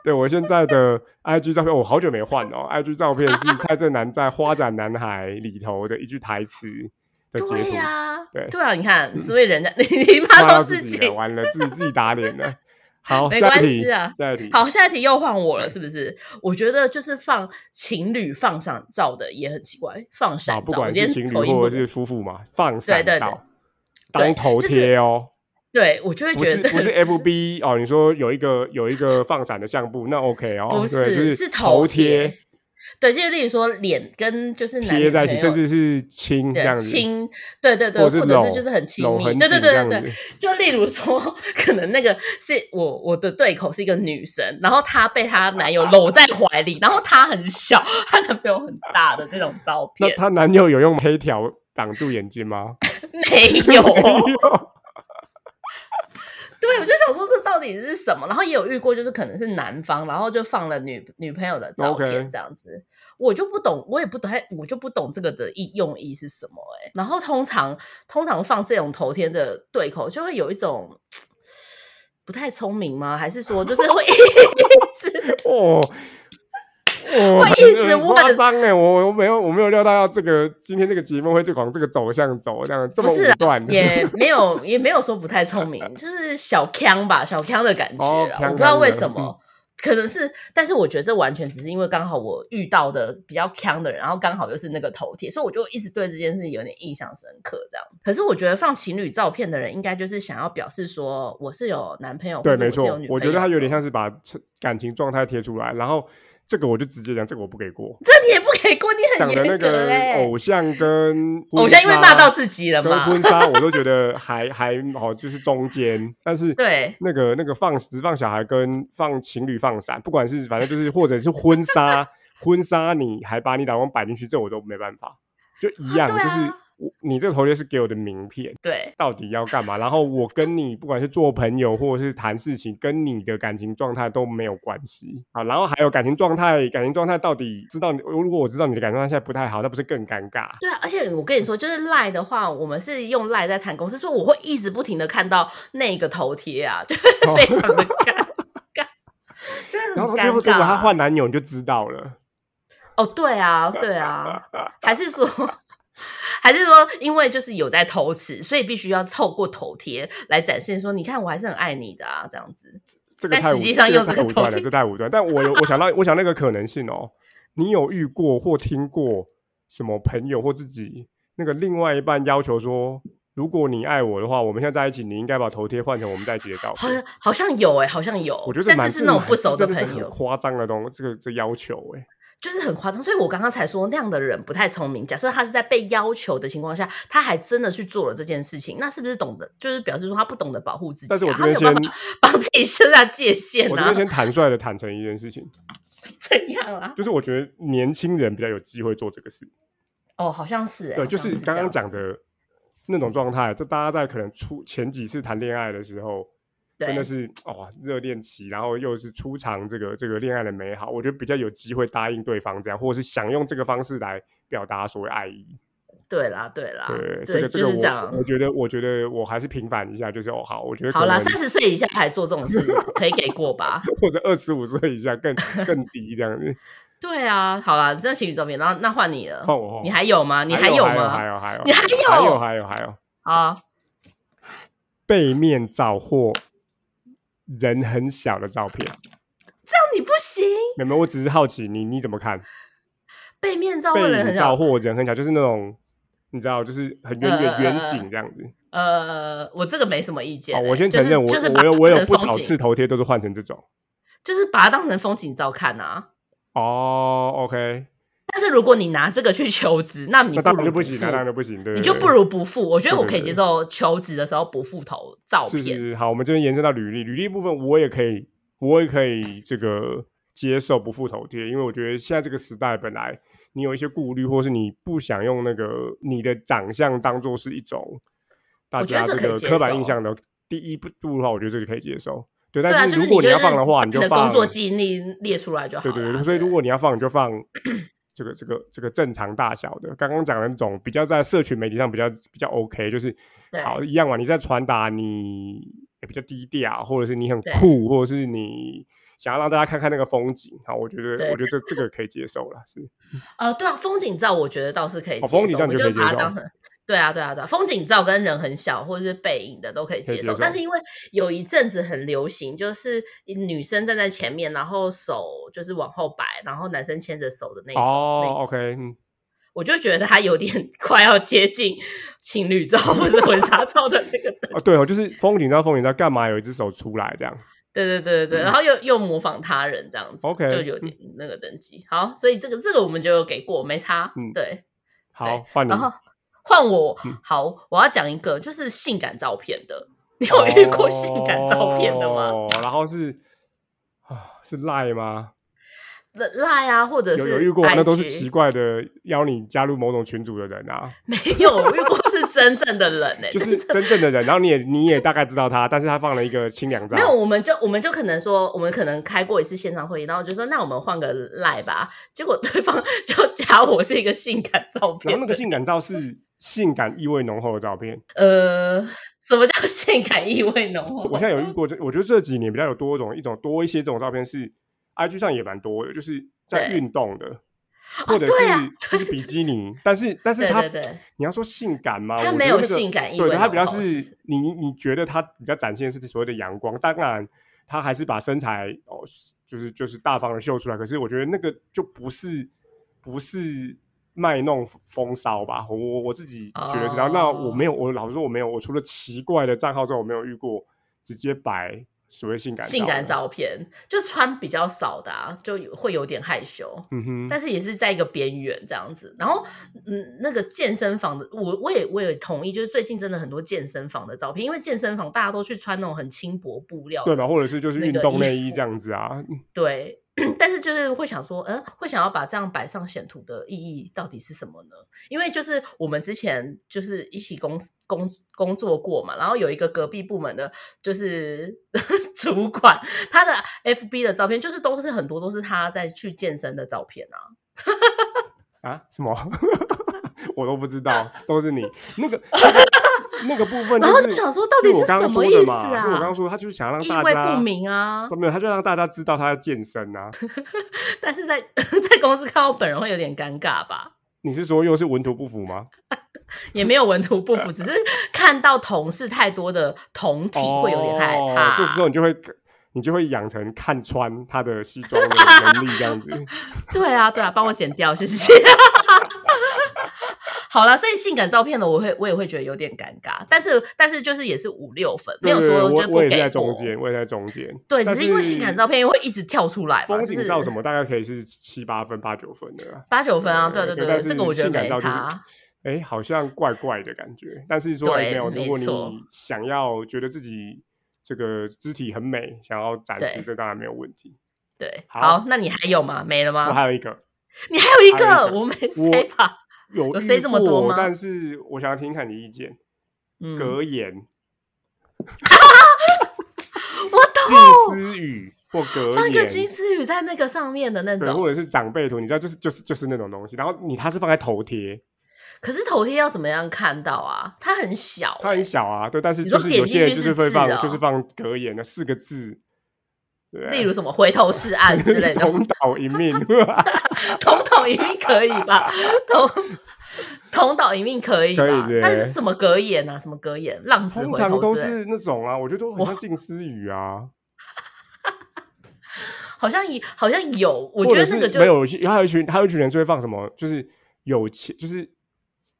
[SPEAKER 1] 对我现在的 IG 照片，我好久没换哦。IG 照片
[SPEAKER 2] (laughs)
[SPEAKER 1] 是蔡正南在《花展男孩》里头的一句台词的截
[SPEAKER 2] 对
[SPEAKER 1] 图，
[SPEAKER 2] 呀、
[SPEAKER 1] 对
[SPEAKER 2] 对啊，你看，所以人家 (laughs) 你你骂
[SPEAKER 1] 骂
[SPEAKER 2] 到
[SPEAKER 1] 到
[SPEAKER 2] 自己
[SPEAKER 1] 己，了，完了，自己自己打脸
[SPEAKER 2] (laughs)
[SPEAKER 1] 了。好，
[SPEAKER 2] 没
[SPEAKER 1] 下
[SPEAKER 2] 关
[SPEAKER 1] 一题
[SPEAKER 2] 系，啊。
[SPEAKER 1] 下一题。
[SPEAKER 2] 好，下一题又换我了，是不是？我觉得就是放情侣放闪照的也很奇怪，放
[SPEAKER 1] 好，
[SPEAKER 2] 闪
[SPEAKER 1] 啊不
[SPEAKER 2] 照，我
[SPEAKER 1] 管
[SPEAKER 2] 今
[SPEAKER 1] 是
[SPEAKER 2] 天
[SPEAKER 1] 情
[SPEAKER 2] 口
[SPEAKER 1] 侣
[SPEAKER 2] 音
[SPEAKER 1] 或
[SPEAKER 2] 不
[SPEAKER 1] 者是夫妇嘛，放
[SPEAKER 2] 对
[SPEAKER 1] 闪
[SPEAKER 2] 对对
[SPEAKER 1] 照
[SPEAKER 2] 对
[SPEAKER 1] 当头
[SPEAKER 2] 就是
[SPEAKER 1] 贴哦，
[SPEAKER 2] 对我就会
[SPEAKER 1] 不
[SPEAKER 2] 觉
[SPEAKER 1] 是
[SPEAKER 2] 得这
[SPEAKER 1] 不是 FB 哦。你说有一个有一个放闪的相簿，那 OK 哦，
[SPEAKER 2] 不
[SPEAKER 1] 对就是是
[SPEAKER 2] 头
[SPEAKER 1] 贴。
[SPEAKER 2] 对，就是例如说脸跟就是男
[SPEAKER 1] 贴
[SPEAKER 2] 女
[SPEAKER 1] 在一
[SPEAKER 2] 朋
[SPEAKER 1] 起，
[SPEAKER 2] 友
[SPEAKER 1] 甚至是亲这
[SPEAKER 2] 对
[SPEAKER 1] 样子，
[SPEAKER 2] 亲，对对对，
[SPEAKER 1] 或
[SPEAKER 2] 或
[SPEAKER 1] 者是
[SPEAKER 2] 者
[SPEAKER 1] 搂
[SPEAKER 2] 是就是很亲
[SPEAKER 1] 搂
[SPEAKER 2] 密，
[SPEAKER 1] 很
[SPEAKER 2] 对对
[SPEAKER 1] 紧这
[SPEAKER 2] 对
[SPEAKER 1] 样
[SPEAKER 2] 对
[SPEAKER 1] 子
[SPEAKER 2] 对。就例如说，可能那个是我我的对口是一个女生，然后她被她男友搂在怀里，然后她很小，她男朋友很大的这种照
[SPEAKER 1] 那
[SPEAKER 2] 片
[SPEAKER 1] 她男友有用黑条挡住眼睛吗？
[SPEAKER 2] 没 (laughs) 有。
[SPEAKER 1] (laughs) 没有
[SPEAKER 2] 对，我就想说这到底是什么？然后也有遇过，就是可能是男方，然后就放了女女朋友的照
[SPEAKER 1] OK
[SPEAKER 2] 片这样子我就不懂，我也不太，我就不懂这个的意用意是什么哎、然后通常通常放这种头贴的对口，就会有一种嘖不太聪明吗？还是说就是会 (laughs) 一直 (laughs)
[SPEAKER 1] 哦。哦，
[SPEAKER 2] 会一直
[SPEAKER 1] 很
[SPEAKER 2] 问
[SPEAKER 1] 夸张哎！我我没有我没有料到要这个今天这个节目会就往这个走向走，这样这么
[SPEAKER 2] 不是啊
[SPEAKER 1] 武断。
[SPEAKER 2] (laughs) 也没有也没有说不太聪明， (laughs) 就是小康吧，小康的感觉
[SPEAKER 1] 哦
[SPEAKER 2] 啦、
[SPEAKER 1] 呛
[SPEAKER 2] 我不知道
[SPEAKER 1] 呛
[SPEAKER 2] 为
[SPEAKER 1] 的嗯
[SPEAKER 2] 什么。可能是，但是我觉得这完全只是因为刚好我遇到的比较强的人，然后刚好又是那个头贴，所以我就一直对这件事情有点印象深刻。这样，可是我觉得放情侣照片的人，应该就是想要表示说我是有男朋友， (laughs)
[SPEAKER 1] 对，
[SPEAKER 2] 或者
[SPEAKER 1] 没
[SPEAKER 2] 是有
[SPEAKER 1] 错
[SPEAKER 2] 女，
[SPEAKER 1] 我觉
[SPEAKER 2] 朋
[SPEAKER 1] 得
[SPEAKER 2] 友
[SPEAKER 1] 他有
[SPEAKER 2] 的
[SPEAKER 1] 点像是把感情状态贴出来，然后这个我就直接讲，这个我不给过。
[SPEAKER 2] 这你也不可以
[SPEAKER 1] (laughs)
[SPEAKER 2] 过，你
[SPEAKER 1] 讲
[SPEAKER 2] 很
[SPEAKER 1] 的那
[SPEAKER 2] 严格
[SPEAKER 1] 个
[SPEAKER 2] 哎、
[SPEAKER 1] 偶像跟
[SPEAKER 2] 偶像因为
[SPEAKER 1] 婚
[SPEAKER 2] 骂
[SPEAKER 1] 纱
[SPEAKER 2] 到自己了
[SPEAKER 1] 跟
[SPEAKER 2] 嘛，
[SPEAKER 1] 婚纱，我都觉得还 (laughs) 还好，就是中间，但是
[SPEAKER 2] 对，
[SPEAKER 1] 那个那个放只放小孩跟放情侣放闪，不管是反正就是或者是婚
[SPEAKER 2] (laughs)
[SPEAKER 1] 纱婚纱，你还把你老公摆进去，这我都没办法，就一样，
[SPEAKER 2] 对
[SPEAKER 1] 就
[SPEAKER 2] 啊
[SPEAKER 1] 是我你这个头贴是给我的名片，
[SPEAKER 2] 对，
[SPEAKER 1] 到底要干嘛？然后我跟你不管是做朋友或者是谈事情，跟你的感情状态都没有关系啊。然后还有感情状态，感情状态到底知道你，如果我知道你的感情状态现在不太好，那不是更尴尬？
[SPEAKER 2] 对啊，而且我跟你说，就是赖的话，我们是用赖在谈公司，所以我会一直不停的看到那个头贴啊， (laughs) 就是
[SPEAKER 1] 哦
[SPEAKER 2] 非常的尴尬，就是
[SPEAKER 1] 然
[SPEAKER 2] 很
[SPEAKER 1] 后
[SPEAKER 2] 尴
[SPEAKER 1] 最后如果
[SPEAKER 2] 尬。啊
[SPEAKER 1] 她换男友，你就知道了。
[SPEAKER 2] 哦，对啊，对
[SPEAKER 1] (laughs)
[SPEAKER 2] 啊，还是说，还是说，因为就是有在偷吃，所以必须要透过头贴来展现说，你看我还是很爱你的啊，这样子。
[SPEAKER 1] 这个
[SPEAKER 2] 但
[SPEAKER 1] 太
[SPEAKER 2] 实
[SPEAKER 1] 武
[SPEAKER 2] 际上
[SPEAKER 1] 这个
[SPEAKER 2] 用这
[SPEAKER 1] 太
[SPEAKER 2] 个
[SPEAKER 1] 武
[SPEAKER 2] 头
[SPEAKER 1] 断了，
[SPEAKER 2] 贴
[SPEAKER 1] 这太武断。但我有我想到我想那个可能性哦，你有遇过或听过什么朋友或自己那个另外一半要求说，如果你爱我的话，我们现在在一起，你应该把头贴换成我们在一起的照
[SPEAKER 2] 好
[SPEAKER 1] 片
[SPEAKER 2] 像。好像有哎、好像有，
[SPEAKER 1] 哦我觉得这
[SPEAKER 2] 但
[SPEAKER 1] 蛮
[SPEAKER 2] 是是那种
[SPEAKER 1] 蛮
[SPEAKER 2] 不熟
[SPEAKER 1] 这真
[SPEAKER 2] 的
[SPEAKER 1] 的是
[SPEAKER 2] 朋
[SPEAKER 1] 很
[SPEAKER 2] 友，
[SPEAKER 1] 夸张的东这个这要求哎、
[SPEAKER 2] 就是很夸张。所以我刚刚才说那样的人不太聪明。假设他是在被要求的情况下，他还真的去做了这件事情，那是不是懂得就是表示说他不懂得保护自己、啊？
[SPEAKER 1] 但是
[SPEAKER 2] (laughs)
[SPEAKER 1] 我这
[SPEAKER 2] 他没
[SPEAKER 1] 边
[SPEAKER 2] 有
[SPEAKER 1] 先
[SPEAKER 2] 办法帮自己设下界限
[SPEAKER 1] 我这
[SPEAKER 2] 啊
[SPEAKER 1] 边，先坦率的坦诚一件事情，
[SPEAKER 2] 怎样啊？
[SPEAKER 1] 就是我觉得年轻人比较有机会做这个事。
[SPEAKER 2] 哦，好像是、欸，
[SPEAKER 1] 对，
[SPEAKER 2] 好
[SPEAKER 1] 就
[SPEAKER 2] 像
[SPEAKER 1] 是
[SPEAKER 2] 这
[SPEAKER 1] 刚刚
[SPEAKER 2] 样
[SPEAKER 1] 讲
[SPEAKER 2] 子，
[SPEAKER 1] 的那种状态，就大家在可能初前几次谈恋爱的时候，真的
[SPEAKER 2] 对
[SPEAKER 1] 是哦热恋期，然后又是初尝这个这个恋爱的美好，我觉得比较有机会答应对方这样，或者是想用这个方式来表达所谓爱意。
[SPEAKER 2] 对啦，对啦，
[SPEAKER 1] 对，这
[SPEAKER 2] 啊对，
[SPEAKER 1] 个这
[SPEAKER 2] 就
[SPEAKER 1] 个
[SPEAKER 2] 是这样
[SPEAKER 1] 我我。觉得我觉得我还是平反一下，就是哦好，我觉得
[SPEAKER 2] 好
[SPEAKER 1] 可
[SPEAKER 2] 啦，
[SPEAKER 1] 能
[SPEAKER 2] 三十岁以下还做这种事，可以给过吧？
[SPEAKER 1] 或者二十五岁以下
[SPEAKER 2] (laughs)
[SPEAKER 1] 更更低这样子。
[SPEAKER 2] 对啊，好啦，这情侣照片，然后那换你了，
[SPEAKER 1] 换我换我
[SPEAKER 2] 你还有吗？你
[SPEAKER 1] 还
[SPEAKER 2] 有
[SPEAKER 1] 还有还
[SPEAKER 2] 吗？
[SPEAKER 1] 有还有，
[SPEAKER 2] 你还
[SPEAKER 1] 还有
[SPEAKER 2] 有
[SPEAKER 1] 还有还有
[SPEAKER 2] 啊，
[SPEAKER 1] 背面照或人很小的照片。
[SPEAKER 2] 这样你不行，
[SPEAKER 1] 没有没有，我只是好奇你你怎么看？
[SPEAKER 2] 背面照
[SPEAKER 1] 背
[SPEAKER 2] 或者
[SPEAKER 1] 影
[SPEAKER 2] 很
[SPEAKER 1] 照
[SPEAKER 2] 少。
[SPEAKER 1] 或人很小，就是那种你知道，就是很远远
[SPEAKER 2] 呃
[SPEAKER 1] 远景这样子。
[SPEAKER 2] 呃，我这个没什么意见、
[SPEAKER 1] 好，
[SPEAKER 2] 欸
[SPEAKER 1] 哦我先
[SPEAKER 2] 就
[SPEAKER 1] 承
[SPEAKER 2] 是
[SPEAKER 1] 认，我
[SPEAKER 2] 就是把
[SPEAKER 1] 我有我
[SPEAKER 2] 它当
[SPEAKER 1] 有
[SPEAKER 2] 成
[SPEAKER 1] 不
[SPEAKER 2] 风
[SPEAKER 1] 少
[SPEAKER 2] 景
[SPEAKER 1] 次头贴都是换成这种。
[SPEAKER 2] 就是把它当成风景照看啊。
[SPEAKER 1] 哦，OK，
[SPEAKER 2] 但是如果你拿这个去求职，那你
[SPEAKER 1] 那
[SPEAKER 2] 不
[SPEAKER 1] 当然
[SPEAKER 2] 如
[SPEAKER 1] 就不
[SPEAKER 2] 付
[SPEAKER 1] 行，啊那当然就不行，对对
[SPEAKER 2] 你就
[SPEAKER 1] 对
[SPEAKER 2] 不如不付。我觉得
[SPEAKER 1] 对
[SPEAKER 2] 我
[SPEAKER 1] 对
[SPEAKER 2] 可以
[SPEAKER 1] 对
[SPEAKER 2] 接受求职的时候不付头照
[SPEAKER 1] 是
[SPEAKER 2] 片，
[SPEAKER 1] 是是好，我们这边延伸到履历，履历部分我也可以，我也可以这个接受不付头贴，因为我觉得现在这个时代本来你有一些顾虑，或是你不想用那个你的长相当做是一种大
[SPEAKER 2] 我觉
[SPEAKER 1] 家
[SPEAKER 2] 得
[SPEAKER 1] 这
[SPEAKER 2] 这可以
[SPEAKER 1] 个
[SPEAKER 2] 接
[SPEAKER 1] 刻板
[SPEAKER 2] 受
[SPEAKER 1] 印象的第一步的话，我觉得这个可以接受。对，
[SPEAKER 2] 对啊，
[SPEAKER 1] 但
[SPEAKER 2] 就是
[SPEAKER 1] 如果
[SPEAKER 2] 就
[SPEAKER 1] 要
[SPEAKER 2] 是
[SPEAKER 1] 放的话，你就
[SPEAKER 2] 的
[SPEAKER 1] 放
[SPEAKER 2] 工作经历列出来就好
[SPEAKER 1] 对
[SPEAKER 2] 了。
[SPEAKER 1] 对对，所以如果你要放，你就
[SPEAKER 2] (coughs)
[SPEAKER 1] 放这个这个这个正常大小的。刚刚讲的那种比较在社群媒体上比较比较 OK，就是
[SPEAKER 2] 对
[SPEAKER 1] 好一样嘛。你在传达你也比较低调，或者是你很
[SPEAKER 2] 对
[SPEAKER 1] 酷，或者是你想要让大家看看那个风景。好，我觉得
[SPEAKER 2] 对
[SPEAKER 1] 我觉得这这个可以接受了，
[SPEAKER 2] (laughs)
[SPEAKER 1] 是
[SPEAKER 2] 呃，对啊，风景照我觉得倒是可以
[SPEAKER 1] 哦
[SPEAKER 2] 接受，
[SPEAKER 1] 风景照
[SPEAKER 2] 我
[SPEAKER 1] 你就可以
[SPEAKER 2] 把它
[SPEAKER 1] 接受
[SPEAKER 2] 当成。对啊，对啊，对啊，风景照跟人很小或者是背影的都可以
[SPEAKER 1] 可以接
[SPEAKER 2] 接受，但
[SPEAKER 1] 受
[SPEAKER 2] 是因为有一阵子很流行，就是女生站在前面，然后手就是往后摆，然后男生牵着手的那一种，那
[SPEAKER 1] 哦。OK，嗯，
[SPEAKER 2] 我就觉得他有点 (laughs) 快要接近情侣照或是婚纱照的那个等 (laughs)
[SPEAKER 1] 哦对哦，就是风景照风景照，干嘛有一只手出来这样？
[SPEAKER 2] 对对对对对，然后又又模仿他人这样子
[SPEAKER 1] 嗯 OK，嗯
[SPEAKER 2] 就有点那个等级。好，所以这个这个我们就有给过，没差。
[SPEAKER 1] 嗯
[SPEAKER 2] 对，
[SPEAKER 1] 好，换你
[SPEAKER 2] 然。后换我
[SPEAKER 1] 嗯，
[SPEAKER 2] 好，我要讲一个就是性感照片的。你有遇过性感照片的吗？
[SPEAKER 1] 哦，然后是啊，是赖吗？
[SPEAKER 2] 那赖啊，或者
[SPEAKER 1] 有
[SPEAKER 2] 是
[SPEAKER 1] 有遇过，那都是
[SPEAKER 2] IG
[SPEAKER 1] 奇怪的邀你加入某种群组的人啊，
[SPEAKER 2] 没有我遇过是真正的人哎、
[SPEAKER 1] (laughs)
[SPEAKER 2] 欸，
[SPEAKER 1] 就是真正的人，然后你也你也大概知道他，但是他放了一个清凉照
[SPEAKER 2] 没，有，我们就我们就可能说，我们可能开过一次线上会议，然后就说那我们换个赖吧，结果对方就加我是一个性感照
[SPEAKER 1] 然
[SPEAKER 2] 片
[SPEAKER 1] 后那
[SPEAKER 2] 的，
[SPEAKER 1] 个性感照是性感意味浓厚的照片。
[SPEAKER 2] 呃，什么叫性感意味浓厚？
[SPEAKER 1] 我现在有遇过这，我觉得这几年比较有多种一种多一些这种照片是，IG 上也蛮多的，就是在
[SPEAKER 2] 对
[SPEAKER 1] 运动的，或者
[SPEAKER 2] 对啊
[SPEAKER 1] 是就是比基尼，但是但是
[SPEAKER 2] (laughs) 对
[SPEAKER 1] 他
[SPEAKER 2] 对对
[SPEAKER 1] 你要说性感吗？
[SPEAKER 2] 他
[SPEAKER 1] 我觉
[SPEAKER 2] 没
[SPEAKER 1] 得
[SPEAKER 2] 有
[SPEAKER 1] 那个
[SPEAKER 2] 性感意
[SPEAKER 1] 对，
[SPEAKER 2] 味
[SPEAKER 1] 他比较
[SPEAKER 2] 浓厚
[SPEAKER 1] 是
[SPEAKER 2] 是不
[SPEAKER 1] 你你觉得他比较展现的是所谓的阳光，当然他还是把身材哦，就是就是大方的秀出来，可是我觉得那个就不是不是卖弄风骚吧，我我我自己觉得是。然后那我没有，我老实说我没有，我除了奇怪的账号之外，我没有遇过直接摆所谓性感
[SPEAKER 2] 性感
[SPEAKER 1] 的。
[SPEAKER 2] 照片，就穿比较少的、啊，就有会有点害羞。
[SPEAKER 1] 嗯哼，
[SPEAKER 2] 但是也是在一个边缘这样子。然后，嗯，那个健身房的，我我也我也同意，就是最近真的很多健身房的照片，因为健身房大家都去穿那种很轻薄布料的，
[SPEAKER 1] 对吧？或者是就是
[SPEAKER 2] 那
[SPEAKER 1] 运
[SPEAKER 2] 个
[SPEAKER 1] 动
[SPEAKER 2] 衣
[SPEAKER 1] 内衣
[SPEAKER 2] 服
[SPEAKER 1] 这样子啊，
[SPEAKER 2] 对 (clears throat) 但是就是会想说，嗯，会想要把这样摆上显图的意义到底是什么呢？因为就是我们之前就是一起工工工作过嘛，然后有一个隔壁部门的，就是 (laughs) 主管，他的 FB 的照片就是都是很多都是他在去健身的照片啊。
[SPEAKER 1] (laughs)
[SPEAKER 2] (laughs)
[SPEAKER 1] 啊？什么？我都不知道，都是你那个那个部分、就是，
[SPEAKER 2] 然后就想说到底
[SPEAKER 1] 就是我刚刚
[SPEAKER 2] 什么
[SPEAKER 1] 说的
[SPEAKER 2] 意思
[SPEAKER 1] 嘛
[SPEAKER 2] 啊
[SPEAKER 1] 就我刚刚说，他就是想让
[SPEAKER 2] 意
[SPEAKER 1] 大
[SPEAKER 2] 味
[SPEAKER 1] 家哦
[SPEAKER 2] 不明啊。
[SPEAKER 1] 没有，他就让大家知道他在健身啊。
[SPEAKER 2] 但是在 (laughs) 在公司看到本人会有点尴尬吧？
[SPEAKER 1] 你是说又是文图不符吗？
[SPEAKER 2] 也没有文图不符，只是看到同事太多的同体会有点害怕。
[SPEAKER 1] 哦、这时候你就会你就会养成看穿他的西装的能力，这样子。
[SPEAKER 2] 对啊，对啊，帮我剪掉，谢谢。 (laughs) 好了，所以性感照片呢，我会我也会觉得有点尴尬，但是但是就是也是五六分， (laughs) 没有
[SPEAKER 1] 对
[SPEAKER 2] 说
[SPEAKER 1] 对
[SPEAKER 2] 就是
[SPEAKER 1] 对
[SPEAKER 2] 不
[SPEAKER 1] 我我也是
[SPEAKER 2] 给
[SPEAKER 1] 在中
[SPEAKER 2] 过
[SPEAKER 1] 间，我也在中间。
[SPEAKER 2] 对，只
[SPEAKER 1] 但
[SPEAKER 2] 是因为性感照片会一直跳出来嘛，
[SPEAKER 1] 风景照什
[SPEAKER 2] 么
[SPEAKER 1] 么大概可以是七八分、八九分的啊。
[SPEAKER 2] 八九分啊，对对
[SPEAKER 1] 对
[SPEAKER 2] 对，
[SPEAKER 1] 但
[SPEAKER 2] 这
[SPEAKER 1] 是
[SPEAKER 2] 个我觉得
[SPEAKER 1] 性感
[SPEAKER 2] 没
[SPEAKER 1] 照就是
[SPEAKER 2] 差。
[SPEAKER 1] 哎，好像怪怪的感觉。但是说，哎，
[SPEAKER 2] 对
[SPEAKER 1] 没有，如
[SPEAKER 2] 没
[SPEAKER 1] 果你
[SPEAKER 2] 错
[SPEAKER 1] 想要觉得自己这个肢体很美，想要展
[SPEAKER 2] 对
[SPEAKER 1] 示，这当然没有问题。
[SPEAKER 2] 对，
[SPEAKER 1] 好
[SPEAKER 2] 好，那你还有吗？没了
[SPEAKER 1] 我
[SPEAKER 2] 吗？
[SPEAKER 1] 还有一个
[SPEAKER 2] 你还有一
[SPEAKER 1] 还有
[SPEAKER 2] 个
[SPEAKER 1] 一，个
[SPEAKER 2] 我没
[SPEAKER 1] 我
[SPEAKER 2] 塞吧？
[SPEAKER 1] 有遇
[SPEAKER 2] 有 say 这么多
[SPEAKER 1] 过
[SPEAKER 2] 吗
[SPEAKER 1] 但是我想要听听看你意见。
[SPEAKER 2] 嗯，
[SPEAKER 1] 格言、近
[SPEAKER 2] 我懂，
[SPEAKER 1] 思语或格
[SPEAKER 2] 放一个金
[SPEAKER 1] 言，
[SPEAKER 2] 丝雨在那个上面的那
[SPEAKER 1] 对，或
[SPEAKER 2] 种。
[SPEAKER 1] 者是长辈图，你知道，就是就是就是那种东西。然后你它是放在头贴，
[SPEAKER 2] 可是头贴要怎么样看到啊？它很小欸、
[SPEAKER 1] 它很小啊，对，但是
[SPEAKER 2] 你
[SPEAKER 1] 就
[SPEAKER 2] 说
[SPEAKER 1] 是
[SPEAKER 2] 点
[SPEAKER 1] 有
[SPEAKER 2] 进
[SPEAKER 1] 些人
[SPEAKER 2] 去
[SPEAKER 1] 就是是会
[SPEAKER 2] 字
[SPEAKER 1] 放
[SPEAKER 2] 哦
[SPEAKER 1] 就是放格言的四个字，对啊，
[SPEAKER 2] 例如什么回头是岸之类的，
[SPEAKER 1] 同岛一
[SPEAKER 2] (laughs)
[SPEAKER 1] 命，
[SPEAKER 2] 同岛一命可以吧？同同岛一命可以吧？
[SPEAKER 1] 可以对
[SPEAKER 2] 但是什么格言啊？什么格言？浪子
[SPEAKER 1] 通
[SPEAKER 2] 回
[SPEAKER 1] 常
[SPEAKER 2] 头
[SPEAKER 1] 都
[SPEAKER 2] 之类的，
[SPEAKER 1] 是那种啊，我觉得都很像近思语啊，
[SPEAKER 2] 好像也好像有，我
[SPEAKER 1] 或
[SPEAKER 2] 觉得
[SPEAKER 1] 者
[SPEAKER 2] 那个
[SPEAKER 1] 是
[SPEAKER 2] 就
[SPEAKER 1] 没有，还有一群还有一群人就会放什么，就是有钱，就是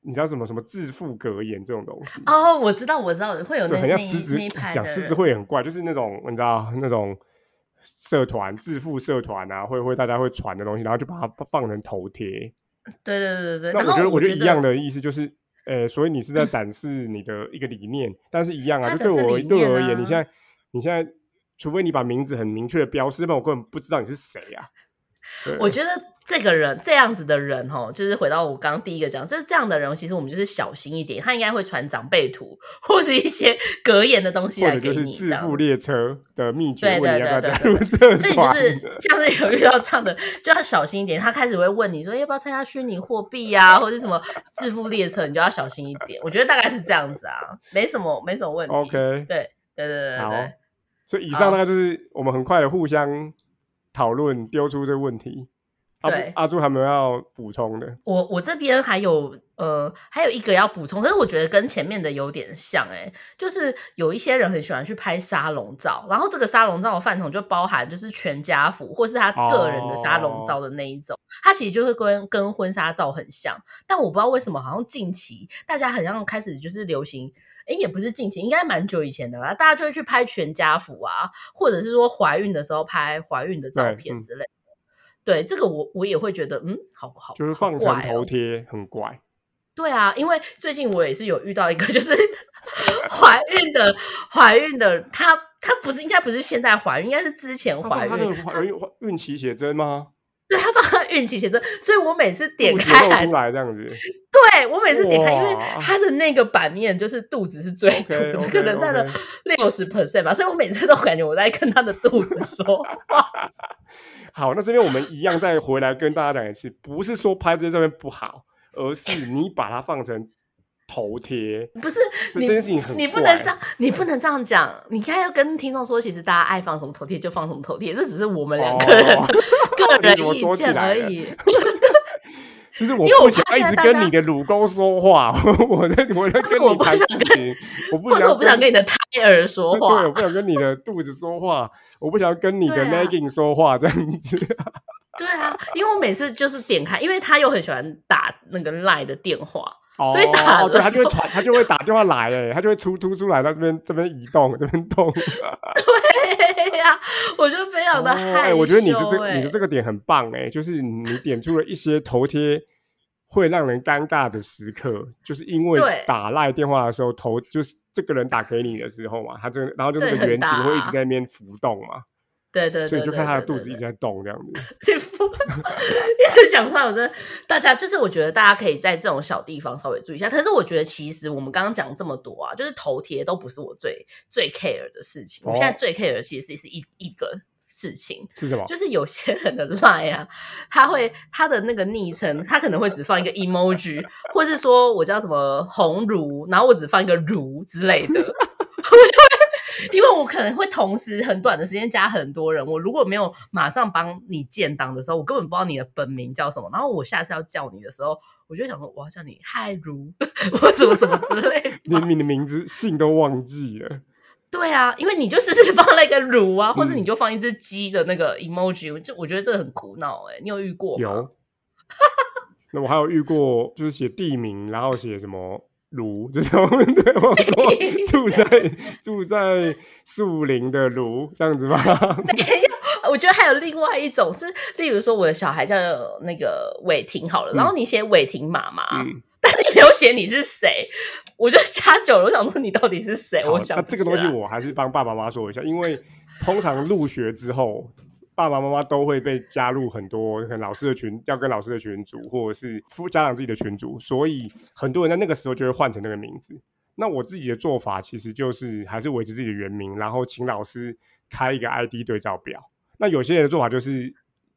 [SPEAKER 1] 你知道什么什么致富格言这种东西
[SPEAKER 2] 哦，我知道，我知道，会有那
[SPEAKER 1] 对，很
[SPEAKER 2] 那
[SPEAKER 1] 像
[SPEAKER 2] 一
[SPEAKER 1] 狮子
[SPEAKER 2] 那一，派的
[SPEAKER 1] 讲狮
[SPEAKER 2] 人
[SPEAKER 1] 子会很怪，就是那种你知道那种社团致富社团啊，会会大家会传的东西，然后就把它放成头贴。
[SPEAKER 2] 对对对对对。
[SPEAKER 1] 那
[SPEAKER 2] 然
[SPEAKER 1] 我
[SPEAKER 2] 后
[SPEAKER 1] 觉得，我
[SPEAKER 2] 觉嗯
[SPEAKER 1] 觉得一样的意思就是，呃，所以你是在展示你的一个理念，但是一样啊，
[SPEAKER 2] 它
[SPEAKER 1] 就
[SPEAKER 2] 展
[SPEAKER 1] 对
[SPEAKER 2] 示
[SPEAKER 1] 我
[SPEAKER 2] 理
[SPEAKER 1] 对我而
[SPEAKER 2] 念
[SPEAKER 1] 言，
[SPEAKER 2] 啊
[SPEAKER 1] 你现在你现在，除非你把名字很明确的标示，要不然我根本不知道你是谁啊。对
[SPEAKER 2] 我觉得这个人这样子的人哦，就是回到我刚刚第一个讲，就是这样的人，其实我们就是小心一点，他应该会传长辈图 (laughs) 或是一些格言的东西
[SPEAKER 1] 或
[SPEAKER 2] 来
[SPEAKER 1] 者
[SPEAKER 2] 给
[SPEAKER 1] 就是
[SPEAKER 2] 你，这
[SPEAKER 1] 致
[SPEAKER 2] 样
[SPEAKER 1] 富。列车的秘诀，
[SPEAKER 2] 对
[SPEAKER 1] 问你要
[SPEAKER 2] 对
[SPEAKER 1] 不要
[SPEAKER 2] 对
[SPEAKER 1] 加
[SPEAKER 2] 对
[SPEAKER 1] 入
[SPEAKER 2] 对
[SPEAKER 1] 社
[SPEAKER 2] 所以你就
[SPEAKER 1] 团 (laughs)
[SPEAKER 2] 是像是有遇到这样的， (laughs) 就要小心一点。他开始会问你说要不要参加虚拟货币
[SPEAKER 1] (laughs)
[SPEAKER 2] 啊，或者是什么致富列车，你就要小心一点。我觉得大概是这样子啊，没什么没什么问题。
[SPEAKER 1] OK，
[SPEAKER 2] 对对对对对
[SPEAKER 1] 好哦
[SPEAKER 2] 对，
[SPEAKER 1] 所以以
[SPEAKER 2] 好
[SPEAKER 1] 上大概就是我们很快的互相讨论，丢出这个问题。阿
[SPEAKER 2] 对
[SPEAKER 1] 阿朱还没有要补充的，
[SPEAKER 2] 我我这边还有呃，还有一个要补充，可是我觉得跟前面的有点像哎、就是有一些人很喜欢去拍沙龙照，然后这个沙龙照的范畴就包含就是全家福或是他个人的沙龙
[SPEAKER 1] 哦
[SPEAKER 2] 照的那一种，它其实就会跟跟婚纱照很像，但我不知道为什么好像近期大家好像开始就是流行。哎，也不是近期，应该蛮久以前的吧。大家就会去拍全家福啊，或者是说怀孕的时候拍怀孕的照
[SPEAKER 1] 对
[SPEAKER 2] 片
[SPEAKER 1] 嗯
[SPEAKER 2] 之类的。对，这个我我也会觉得，嗯，好好，
[SPEAKER 1] 就是
[SPEAKER 2] 好
[SPEAKER 1] 放成
[SPEAKER 2] 怪哦
[SPEAKER 1] 头贴很怪，
[SPEAKER 2] 对啊，因为最近我也是有遇到一个， (laughs) 就是怀孕的，怀孕的，她她不是应该不是现在怀孕，应该是之前
[SPEAKER 1] 他
[SPEAKER 2] 怀
[SPEAKER 1] 放他的
[SPEAKER 2] 孕，
[SPEAKER 1] 怀孕孕期写真吗？
[SPEAKER 2] 对她放她孕期写真，所以我每次 (laughs) 点
[SPEAKER 1] 肚子
[SPEAKER 2] 开
[SPEAKER 1] 露
[SPEAKER 2] 来，
[SPEAKER 1] 出来这样
[SPEAKER 2] (laughs)
[SPEAKER 1] 子。
[SPEAKER 2] 对我每次点开，因为
[SPEAKER 1] 哇
[SPEAKER 2] 她的那个版面就是肚子是最凸
[SPEAKER 1] OK
[SPEAKER 2] 的，可能占了
[SPEAKER 1] OK
[SPEAKER 2] 六十 percent 吧，所以我每次都感觉我在跟她的肚子说
[SPEAKER 1] 好，那这边我们一样再回来跟大家讲一次，不是说拍这些照片不好，而是你把它放成头贴，
[SPEAKER 2] 不是
[SPEAKER 1] 所以
[SPEAKER 2] 你
[SPEAKER 1] 这件事情很
[SPEAKER 2] 你不能
[SPEAKER 1] 怪
[SPEAKER 2] 这样，你不能这样讲。你应该要跟听众说，其实大家爱放什么头贴就放什么头贴，这只是我们两个人的
[SPEAKER 1] 哦
[SPEAKER 2] 个人
[SPEAKER 1] 你怎么
[SPEAKER 2] 意
[SPEAKER 1] 说起
[SPEAKER 2] 见
[SPEAKER 1] 来
[SPEAKER 2] 而
[SPEAKER 1] 了
[SPEAKER 2] 已。
[SPEAKER 1] 就是我
[SPEAKER 2] 因为我
[SPEAKER 1] 不想要
[SPEAKER 2] 怕
[SPEAKER 1] 一
[SPEAKER 2] 现
[SPEAKER 1] 直
[SPEAKER 2] 在大
[SPEAKER 1] 跟
[SPEAKER 2] 家
[SPEAKER 1] 你的乳沟说话， (laughs) 我在我在
[SPEAKER 2] 或是
[SPEAKER 1] 跟
[SPEAKER 2] 我
[SPEAKER 1] 你
[SPEAKER 2] 不
[SPEAKER 1] 谈
[SPEAKER 2] 想
[SPEAKER 1] 事
[SPEAKER 2] 跟
[SPEAKER 1] 情，我不
[SPEAKER 2] 或者我不想
[SPEAKER 1] 跟
[SPEAKER 2] 跟你的胎儿说
[SPEAKER 1] (laughs) 对，
[SPEAKER 2] 话
[SPEAKER 1] 我，不想跟你的肚子说话，我不想跟你的
[SPEAKER 2] 对啊
[SPEAKER 1] legging 说话，这样子。
[SPEAKER 2] 对啊，因为我每次就是点开，因为他又很喜欢打那个赖的电话，
[SPEAKER 1] 哦
[SPEAKER 2] 所以打
[SPEAKER 1] 哦
[SPEAKER 2] 的
[SPEAKER 1] 对，他就
[SPEAKER 2] 时
[SPEAKER 1] 会
[SPEAKER 2] 候
[SPEAKER 1] 传，他就会打电话来，哎，他就会突突出来，到这边这边移动，这边动。
[SPEAKER 2] 对呀、我就非常的
[SPEAKER 1] 哦
[SPEAKER 2] 害羞、
[SPEAKER 1] 哎我觉得你的这个
[SPEAKER 2] 哎
[SPEAKER 1] 你的这个点很棒，哎，就是你点出了一些头贴。会让人尴尬的时刻，就是因
[SPEAKER 2] 对
[SPEAKER 1] 为打赖电话的时候，头就是这个人打给你的时候嘛，他这个然后就那
[SPEAKER 2] 对
[SPEAKER 1] 个
[SPEAKER 2] 很
[SPEAKER 1] 圆形会一
[SPEAKER 2] 大
[SPEAKER 1] 直在那边浮动嘛，
[SPEAKER 2] 对对对，
[SPEAKER 1] 所以你就
[SPEAKER 2] 对
[SPEAKER 1] 看他的
[SPEAKER 2] 对
[SPEAKER 1] 肚
[SPEAKER 2] 对
[SPEAKER 1] 子一
[SPEAKER 2] 对
[SPEAKER 1] 直在动这样子。
[SPEAKER 2] 这副 (laughs) 一直讲出来，我真的大家就是我觉得大家可以在这种小地方稍微注意一下。可是我觉得其实我们刚刚讲这么多啊，就是头贴都不是我最最 care 的事情。我现在
[SPEAKER 1] 哦
[SPEAKER 2] 最 care 的其实是一一个事情，
[SPEAKER 1] 是什么？
[SPEAKER 2] (laughs) 就是有些人的 (laughs) line 啊，他会他的那个昵称，他可能会只放一个 emoji，或是说我叫什么红儒，然后我只放一个儒之类的，我就会因为我可能会同时很短的时间加很多人，我如果没有马上帮你建档的时候，我根本不知道你的本名叫什么，然后我下次要叫你的时候，我就会想说我要叫你嗨儒， (laughs) 我什么什么之类的。
[SPEAKER 1] 连你的名字姓都忘记了，
[SPEAKER 2] 对啊，因为你就是 (laughs) 放了一个乳啊，或者
[SPEAKER 1] 嗯
[SPEAKER 2] 你就放一只鸡的那个 emoji，这、我觉得这个很苦恼哎、你有遇过吗？
[SPEAKER 1] 有。 (laughs) 那我还有遇过，就是写地名，然后写什么卢这种， (laughs) 对我说住在住在树林的卢这样子吗？
[SPEAKER 2] 呃我觉得还有另外一种是，例如说我的小孩叫那个伟霆好了，
[SPEAKER 1] 嗯
[SPEAKER 2] 然后你写伟霆妈妈，
[SPEAKER 1] 嗯，
[SPEAKER 2] 但是你没有写你是谁，我就加久了，我想说你到底是谁？
[SPEAKER 1] 好
[SPEAKER 2] 我想
[SPEAKER 1] 那
[SPEAKER 2] 不
[SPEAKER 1] 这个
[SPEAKER 2] 起
[SPEAKER 1] 东西
[SPEAKER 2] 来
[SPEAKER 1] 我还是帮爸爸妈妈说一下，因为通常入学之后，爸爸妈妈都会被加入很多可能老师的群，要跟老师的群组，或者是夫家长自己的群组，所以很多人在那个时候就会换成那个名字。那我自己的做法其实就是还是维持自己的原名，然后请老师开一个 ID 对照表。那有些人的做法就是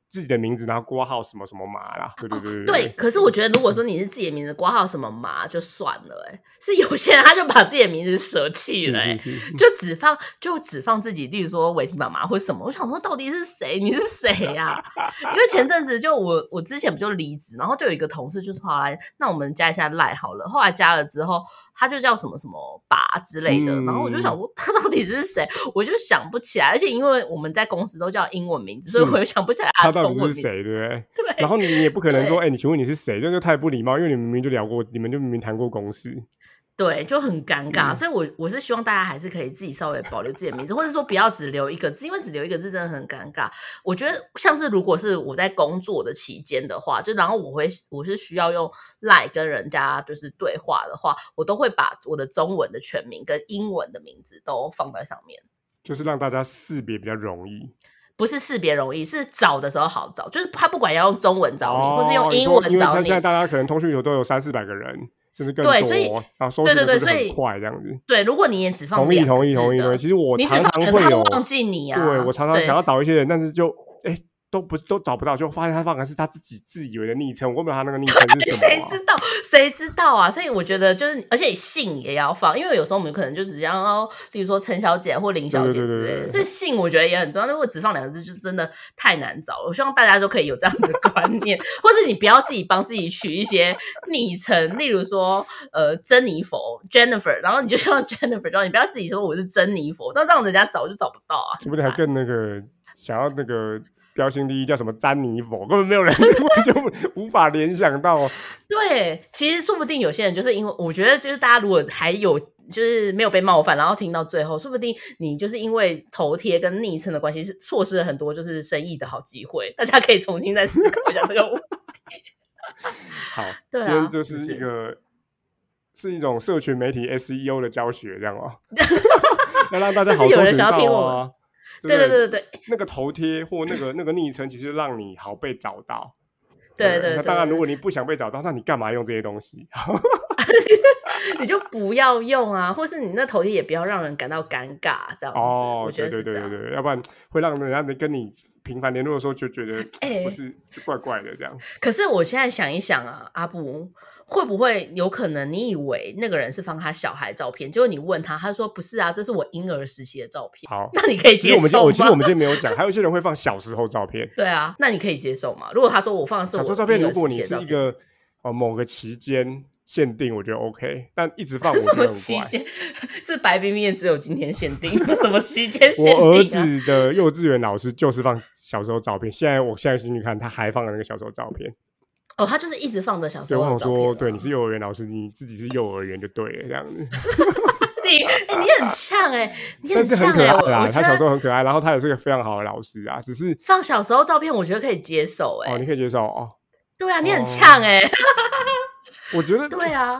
[SPEAKER 1] 自己的名字，然后挂号什么什么码啦，对对对对
[SPEAKER 2] 哦对，可是我觉得，如果说你是自己的名字挂号什么麻就算了、欸，是有些人他就把自己的名字舍弃了、欸，
[SPEAKER 1] 是是是，
[SPEAKER 2] 就只放就只放自己，例如说伟霆妈妈或什么。我想说，到底是谁？你是谁呀、 (laughs) 因为前阵子就我我之前不就离职，然后就有一个同事就说，好来，那我们加一下赖好了。后来加了之后，他就叫什么什么爸之类的，
[SPEAKER 1] 嗯
[SPEAKER 2] 然后我就想说，他到底是谁？我就想不起来。而且因为我们在公司都叫英文名字，所以
[SPEAKER 1] 是
[SPEAKER 2] 我又想不起来
[SPEAKER 1] 他
[SPEAKER 2] 中
[SPEAKER 1] 到
[SPEAKER 2] 文
[SPEAKER 1] 底
[SPEAKER 2] 名
[SPEAKER 1] 是
[SPEAKER 2] 字。
[SPEAKER 1] 谁，对不对？
[SPEAKER 2] 对，
[SPEAKER 1] 然后你也不可能说，哎、你请问你是谁？这就太不礼貌，因为你们明明就聊过，你们就明明谈过公事。
[SPEAKER 2] 对，就很尴尬，
[SPEAKER 1] 嗯
[SPEAKER 2] 所以我我是希望大家还是可以自己稍微保留自己的名字，或者说不要只留一个字，因为只留一个字真的很尴尬。我觉得像是如果是我在工作的期间的话，就然后我会我是需要用 Line 跟人家就是对话的话，我都会把我的中文的全名跟英文的名字都放在上面，
[SPEAKER 1] 就是让大家识别比较容易，
[SPEAKER 2] 不是识别容易，是找的时候好找，就是他不管要用中文找你，或是
[SPEAKER 1] 哦
[SPEAKER 2] 用
[SPEAKER 1] 你
[SPEAKER 2] 英
[SPEAKER 1] 说
[SPEAKER 2] 文
[SPEAKER 1] 因为
[SPEAKER 2] 找
[SPEAKER 1] 他
[SPEAKER 2] 你
[SPEAKER 1] 现，在大家可能通讯流都有三四百个人，甚至更多，
[SPEAKER 2] 对所以
[SPEAKER 1] 然后搜
[SPEAKER 2] 对
[SPEAKER 1] 寻的
[SPEAKER 2] 对对
[SPEAKER 1] 速
[SPEAKER 2] 所
[SPEAKER 1] 度
[SPEAKER 2] 以
[SPEAKER 1] 很快，这样子。
[SPEAKER 2] 对，如果你也只放
[SPEAKER 1] 同意，
[SPEAKER 2] 两个
[SPEAKER 1] 同意，
[SPEAKER 2] 字
[SPEAKER 1] 同意，
[SPEAKER 2] 的
[SPEAKER 1] 同意。其实我
[SPEAKER 2] 你只
[SPEAKER 1] 常
[SPEAKER 2] 放
[SPEAKER 1] 常
[SPEAKER 2] 两个字，
[SPEAKER 1] 会
[SPEAKER 2] 他会
[SPEAKER 1] 有，
[SPEAKER 2] 忘记你啊！
[SPEAKER 1] 对我常常
[SPEAKER 2] 对
[SPEAKER 1] 想要找一些人，但是就哎、都不是都找不到，就发现他放的是他自己自以为的昵称，我问不了他那个昵称是什
[SPEAKER 2] 谁
[SPEAKER 1] 么、啊。
[SPEAKER 2] 知道？谁知道啊？所以我觉得就是，而且姓也要放，因为有时候我们可能就只要，哦例如说陈小姐或林小姐
[SPEAKER 1] 对对对
[SPEAKER 2] 之类
[SPEAKER 1] 对
[SPEAKER 2] 的，
[SPEAKER 1] 对
[SPEAKER 2] 所以姓我觉得也很重要。如果只放两个字，就真的太难找了。我希望大家都可以有这样的观念，或是你不要自己帮自己取一些昵称，例如说呃珍妮佛 Jennifer，然后你就用 (laughs) Jennifer 就好，你不要自己说我是珍妮佛，那这样人家找就找不到啊。
[SPEAKER 1] 说不定还更那个想要那个标新立异，叫什么詹妮佛， (laughs) 根本没有人根本就无法联想到。哦
[SPEAKER 2] 对，其实说不定有些人就是因为，我觉得就是大家如果还有就是没有被冒犯，然后听到最后，说不定你就是因为头贴跟昵称的关系，是错失了很多就是生意的好机会。大家可以重新再思考一下这个
[SPEAKER 1] (laughs)
[SPEAKER 2] 问题。
[SPEAKER 1] 好，
[SPEAKER 2] 对啊
[SPEAKER 1] 今天就是
[SPEAKER 2] 不
[SPEAKER 1] 是
[SPEAKER 2] 是
[SPEAKER 1] 一个是一种社群媒体 SEO 的教学，这样
[SPEAKER 2] (laughs)
[SPEAKER 1] 哦，要让大家好
[SPEAKER 2] 但是有
[SPEAKER 1] 搜
[SPEAKER 2] 人
[SPEAKER 1] 寻
[SPEAKER 2] 想要听
[SPEAKER 1] 到
[SPEAKER 2] 我
[SPEAKER 1] 啊
[SPEAKER 2] 们。 (laughs)
[SPEAKER 1] 不
[SPEAKER 2] 对对对对
[SPEAKER 1] 那个头贴或那个那个昵称，其实让你好被找到。
[SPEAKER 2] 对对
[SPEAKER 1] 不
[SPEAKER 2] 对，
[SPEAKER 1] 那当然，
[SPEAKER 2] 对
[SPEAKER 1] 如果你不想被找到，那你干嘛用这些东西？
[SPEAKER 2] 你就不要用啊，或是你那头贴也不要让人感到尴尬，这样子，
[SPEAKER 1] 哦
[SPEAKER 2] 我，觉
[SPEAKER 1] 对对
[SPEAKER 2] 得是
[SPEAKER 1] 对
[SPEAKER 2] 这样
[SPEAKER 1] 对。对，要不然会让人家跟你频繁联络的时候就觉得
[SPEAKER 2] 哎
[SPEAKER 1] 不是就怪怪的
[SPEAKER 2] (laughs)
[SPEAKER 1] 这样。
[SPEAKER 2] 可是我现在想一想啊，阿布会不会有可能？你以为那个人是放他小孩照片，结果你问他，他说不是啊，这是我婴儿时期的照片。
[SPEAKER 1] 好，
[SPEAKER 2] 那你可
[SPEAKER 1] (laughs)
[SPEAKER 2] 以
[SPEAKER 1] 其实
[SPEAKER 2] 接
[SPEAKER 1] 我们今
[SPEAKER 2] 受
[SPEAKER 1] 我其实我
[SPEAKER 2] 吗？
[SPEAKER 1] 们今天没有讲，还有一些人会放小时候照片。
[SPEAKER 2] (laughs) 对啊，那你可以接受吗？如果他说我放的是
[SPEAKER 1] 小
[SPEAKER 2] 我
[SPEAKER 1] 时候照片，
[SPEAKER 2] 婴
[SPEAKER 1] 如
[SPEAKER 2] 儿时
[SPEAKER 1] 果
[SPEAKER 2] 期
[SPEAKER 1] 你
[SPEAKER 2] 的
[SPEAKER 1] 是
[SPEAKER 2] 照
[SPEAKER 1] 一
[SPEAKER 2] 片，
[SPEAKER 1] 个呃某个期间限定，我觉得 OK，但一直放
[SPEAKER 2] (laughs)
[SPEAKER 1] 我觉
[SPEAKER 2] 什
[SPEAKER 1] 得
[SPEAKER 2] 么
[SPEAKER 1] 很
[SPEAKER 2] 期
[SPEAKER 1] 怪。
[SPEAKER 2] 间是白冰冰只有今天限定， (laughs) 什么期间限定、啊？
[SPEAKER 1] 我儿子的幼稚园老师就是放小时候照片，现在我现在进去看，他还放了那个小时候照片。
[SPEAKER 2] 哦，他就是一直放着小时
[SPEAKER 1] 所以
[SPEAKER 2] 候
[SPEAKER 1] 我
[SPEAKER 2] 的
[SPEAKER 1] 想
[SPEAKER 2] 照片啊、
[SPEAKER 1] 说，对，你是幼儿园老师，你自己是幼儿园就对了，这样子。
[SPEAKER 2] (laughs) 你，哎、你很呛哎、你
[SPEAKER 1] 但是很
[SPEAKER 2] 呛
[SPEAKER 1] 可
[SPEAKER 2] 哎、
[SPEAKER 1] 爱
[SPEAKER 2] 我
[SPEAKER 1] 啦
[SPEAKER 2] 我，觉
[SPEAKER 1] 他小时
[SPEAKER 2] 得
[SPEAKER 1] 候很可爱，然后他也是个非常好的老师啊，只是
[SPEAKER 2] 放小时候照片，我觉得可以接受哎、
[SPEAKER 1] 哦，你可以接受哦。
[SPEAKER 2] 对啊，你很
[SPEAKER 1] 哦
[SPEAKER 2] 呛哎、 (laughs)
[SPEAKER 1] 我觉得
[SPEAKER 2] 对啊，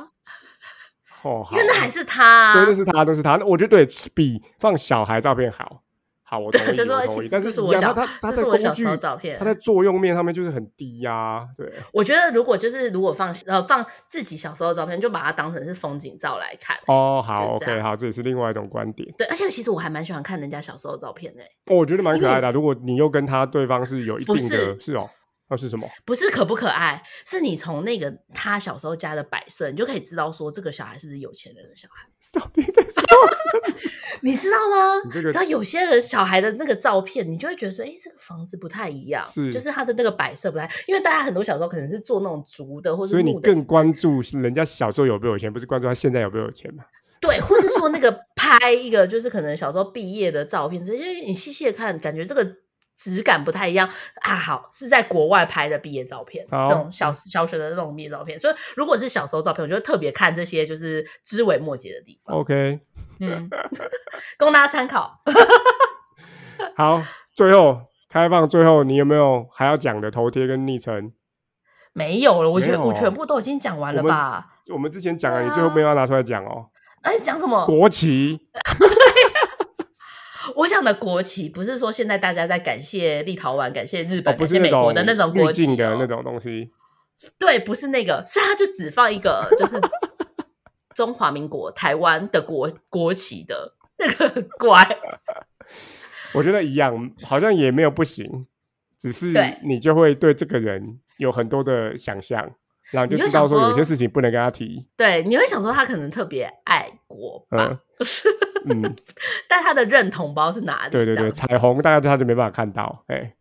[SPEAKER 1] 哦，好
[SPEAKER 2] 因为那还是他、啊
[SPEAKER 1] 对，那。是他，那是他。我觉得对比放小孩照片好。好，我
[SPEAKER 2] 对
[SPEAKER 1] 同意，
[SPEAKER 2] 就说哎
[SPEAKER 1] 我
[SPEAKER 2] 其
[SPEAKER 1] 同意
[SPEAKER 2] 实
[SPEAKER 1] 但
[SPEAKER 2] 这
[SPEAKER 1] 是
[SPEAKER 2] 是
[SPEAKER 1] 一
[SPEAKER 2] 我
[SPEAKER 1] 样，
[SPEAKER 2] 小
[SPEAKER 1] 它它它
[SPEAKER 2] 这
[SPEAKER 1] 在
[SPEAKER 2] 是我
[SPEAKER 1] 工
[SPEAKER 2] 小
[SPEAKER 1] 具
[SPEAKER 2] 时候照片
[SPEAKER 1] 它在作用面上面就是很低呀、对，
[SPEAKER 2] 我觉得如果就是如果放呃放自己小时候的照片，就把它当成是风景照来看。
[SPEAKER 1] 哦，好
[SPEAKER 2] 就这样
[SPEAKER 1] ，OK，好，这也是另外一种观点。
[SPEAKER 2] 对，而且其实我还蛮喜欢看人家小时候的照片的、欸
[SPEAKER 1] 哦，我觉得蛮
[SPEAKER 2] 因
[SPEAKER 1] 可
[SPEAKER 2] 为
[SPEAKER 1] 爱的啊、如果你又跟他对方是有一
[SPEAKER 2] 不
[SPEAKER 1] 定
[SPEAKER 2] 是
[SPEAKER 1] 的，是哦，那是什么？
[SPEAKER 2] 不是可不可爱，是你从那个他小时候家的摆设，你就可以知道说这个小孩是不是有钱人的小孩，
[SPEAKER 1] 到底在说什么？
[SPEAKER 2] (laughs) 你知道吗？
[SPEAKER 1] 你这
[SPEAKER 2] 你
[SPEAKER 1] 个
[SPEAKER 2] 知道有些人小孩的那个照片，你就会觉得说，哎、这个房子不太一样，
[SPEAKER 1] 是
[SPEAKER 2] 就是他的那个摆设不太，因为大家很多小时候可能是做那种竹的或者
[SPEAKER 1] 所以你
[SPEAKER 2] 木的椅
[SPEAKER 1] 更
[SPEAKER 2] 子
[SPEAKER 1] 关注是人家小时候有没有钱，不是关注他现在有没有钱嘛？
[SPEAKER 2] 对，或是说
[SPEAKER 1] (laughs)
[SPEAKER 2] 那个拍一个就是可能小时候毕业的照片，这些你细细的看，感觉这个质感不太一样啊。好，是在国外拍的毕业照片，
[SPEAKER 1] 好
[SPEAKER 2] 这种小小学的那种毕业照片。所以如果是小时候照片，我就会特别看这些就是枝微末节的地方。
[SPEAKER 1] OK，
[SPEAKER 2] 嗯， (laughs) 供大家参考。
[SPEAKER 1] 好，最后开放，最后你有没有还要讲的头贴跟昵称？
[SPEAKER 2] 没有了，我觉得
[SPEAKER 1] 没有哦
[SPEAKER 2] 我全部都已经讲完了
[SPEAKER 1] 我们
[SPEAKER 2] 吧？
[SPEAKER 1] 我们之前讲了，
[SPEAKER 2] 对啊
[SPEAKER 1] 你最后没有要拿出来讲哦。
[SPEAKER 2] 哎，讲什么？
[SPEAKER 1] 国旗
[SPEAKER 2] 我讲的国旗不是说现在大家在感谢立陶宛、感谢日
[SPEAKER 1] 哦
[SPEAKER 2] 本、，
[SPEAKER 1] 不
[SPEAKER 2] 感
[SPEAKER 1] 是
[SPEAKER 2] 谢
[SPEAKER 1] 那
[SPEAKER 2] 美
[SPEAKER 1] 种
[SPEAKER 2] 国的那种
[SPEAKER 1] 滤
[SPEAKER 2] 国旗、
[SPEAKER 1] 镜的
[SPEAKER 2] 哦
[SPEAKER 1] 那种东西。
[SPEAKER 2] 对，不是那个，是他就只放一个，就是中华民国台湾的国国旗的那个 (laughs) 很乖。
[SPEAKER 1] 我觉得一样，好像也没有不行，只是
[SPEAKER 2] 对
[SPEAKER 1] 你就会对这个人有很多的想象，然后你
[SPEAKER 2] 你
[SPEAKER 1] 就
[SPEAKER 2] 就
[SPEAKER 1] 知道
[SPEAKER 2] 想
[SPEAKER 1] 说有
[SPEAKER 2] 说
[SPEAKER 1] 些事情不能跟他提。
[SPEAKER 2] 对，你会想说他可能特别爱国吧，
[SPEAKER 1] 嗯嗯，
[SPEAKER 2] 但他的认同包是哪里？
[SPEAKER 1] 对对
[SPEAKER 2] (laughs) 这
[SPEAKER 1] 对，
[SPEAKER 2] 样子
[SPEAKER 1] 彩虹大概他就没办法看到，哎、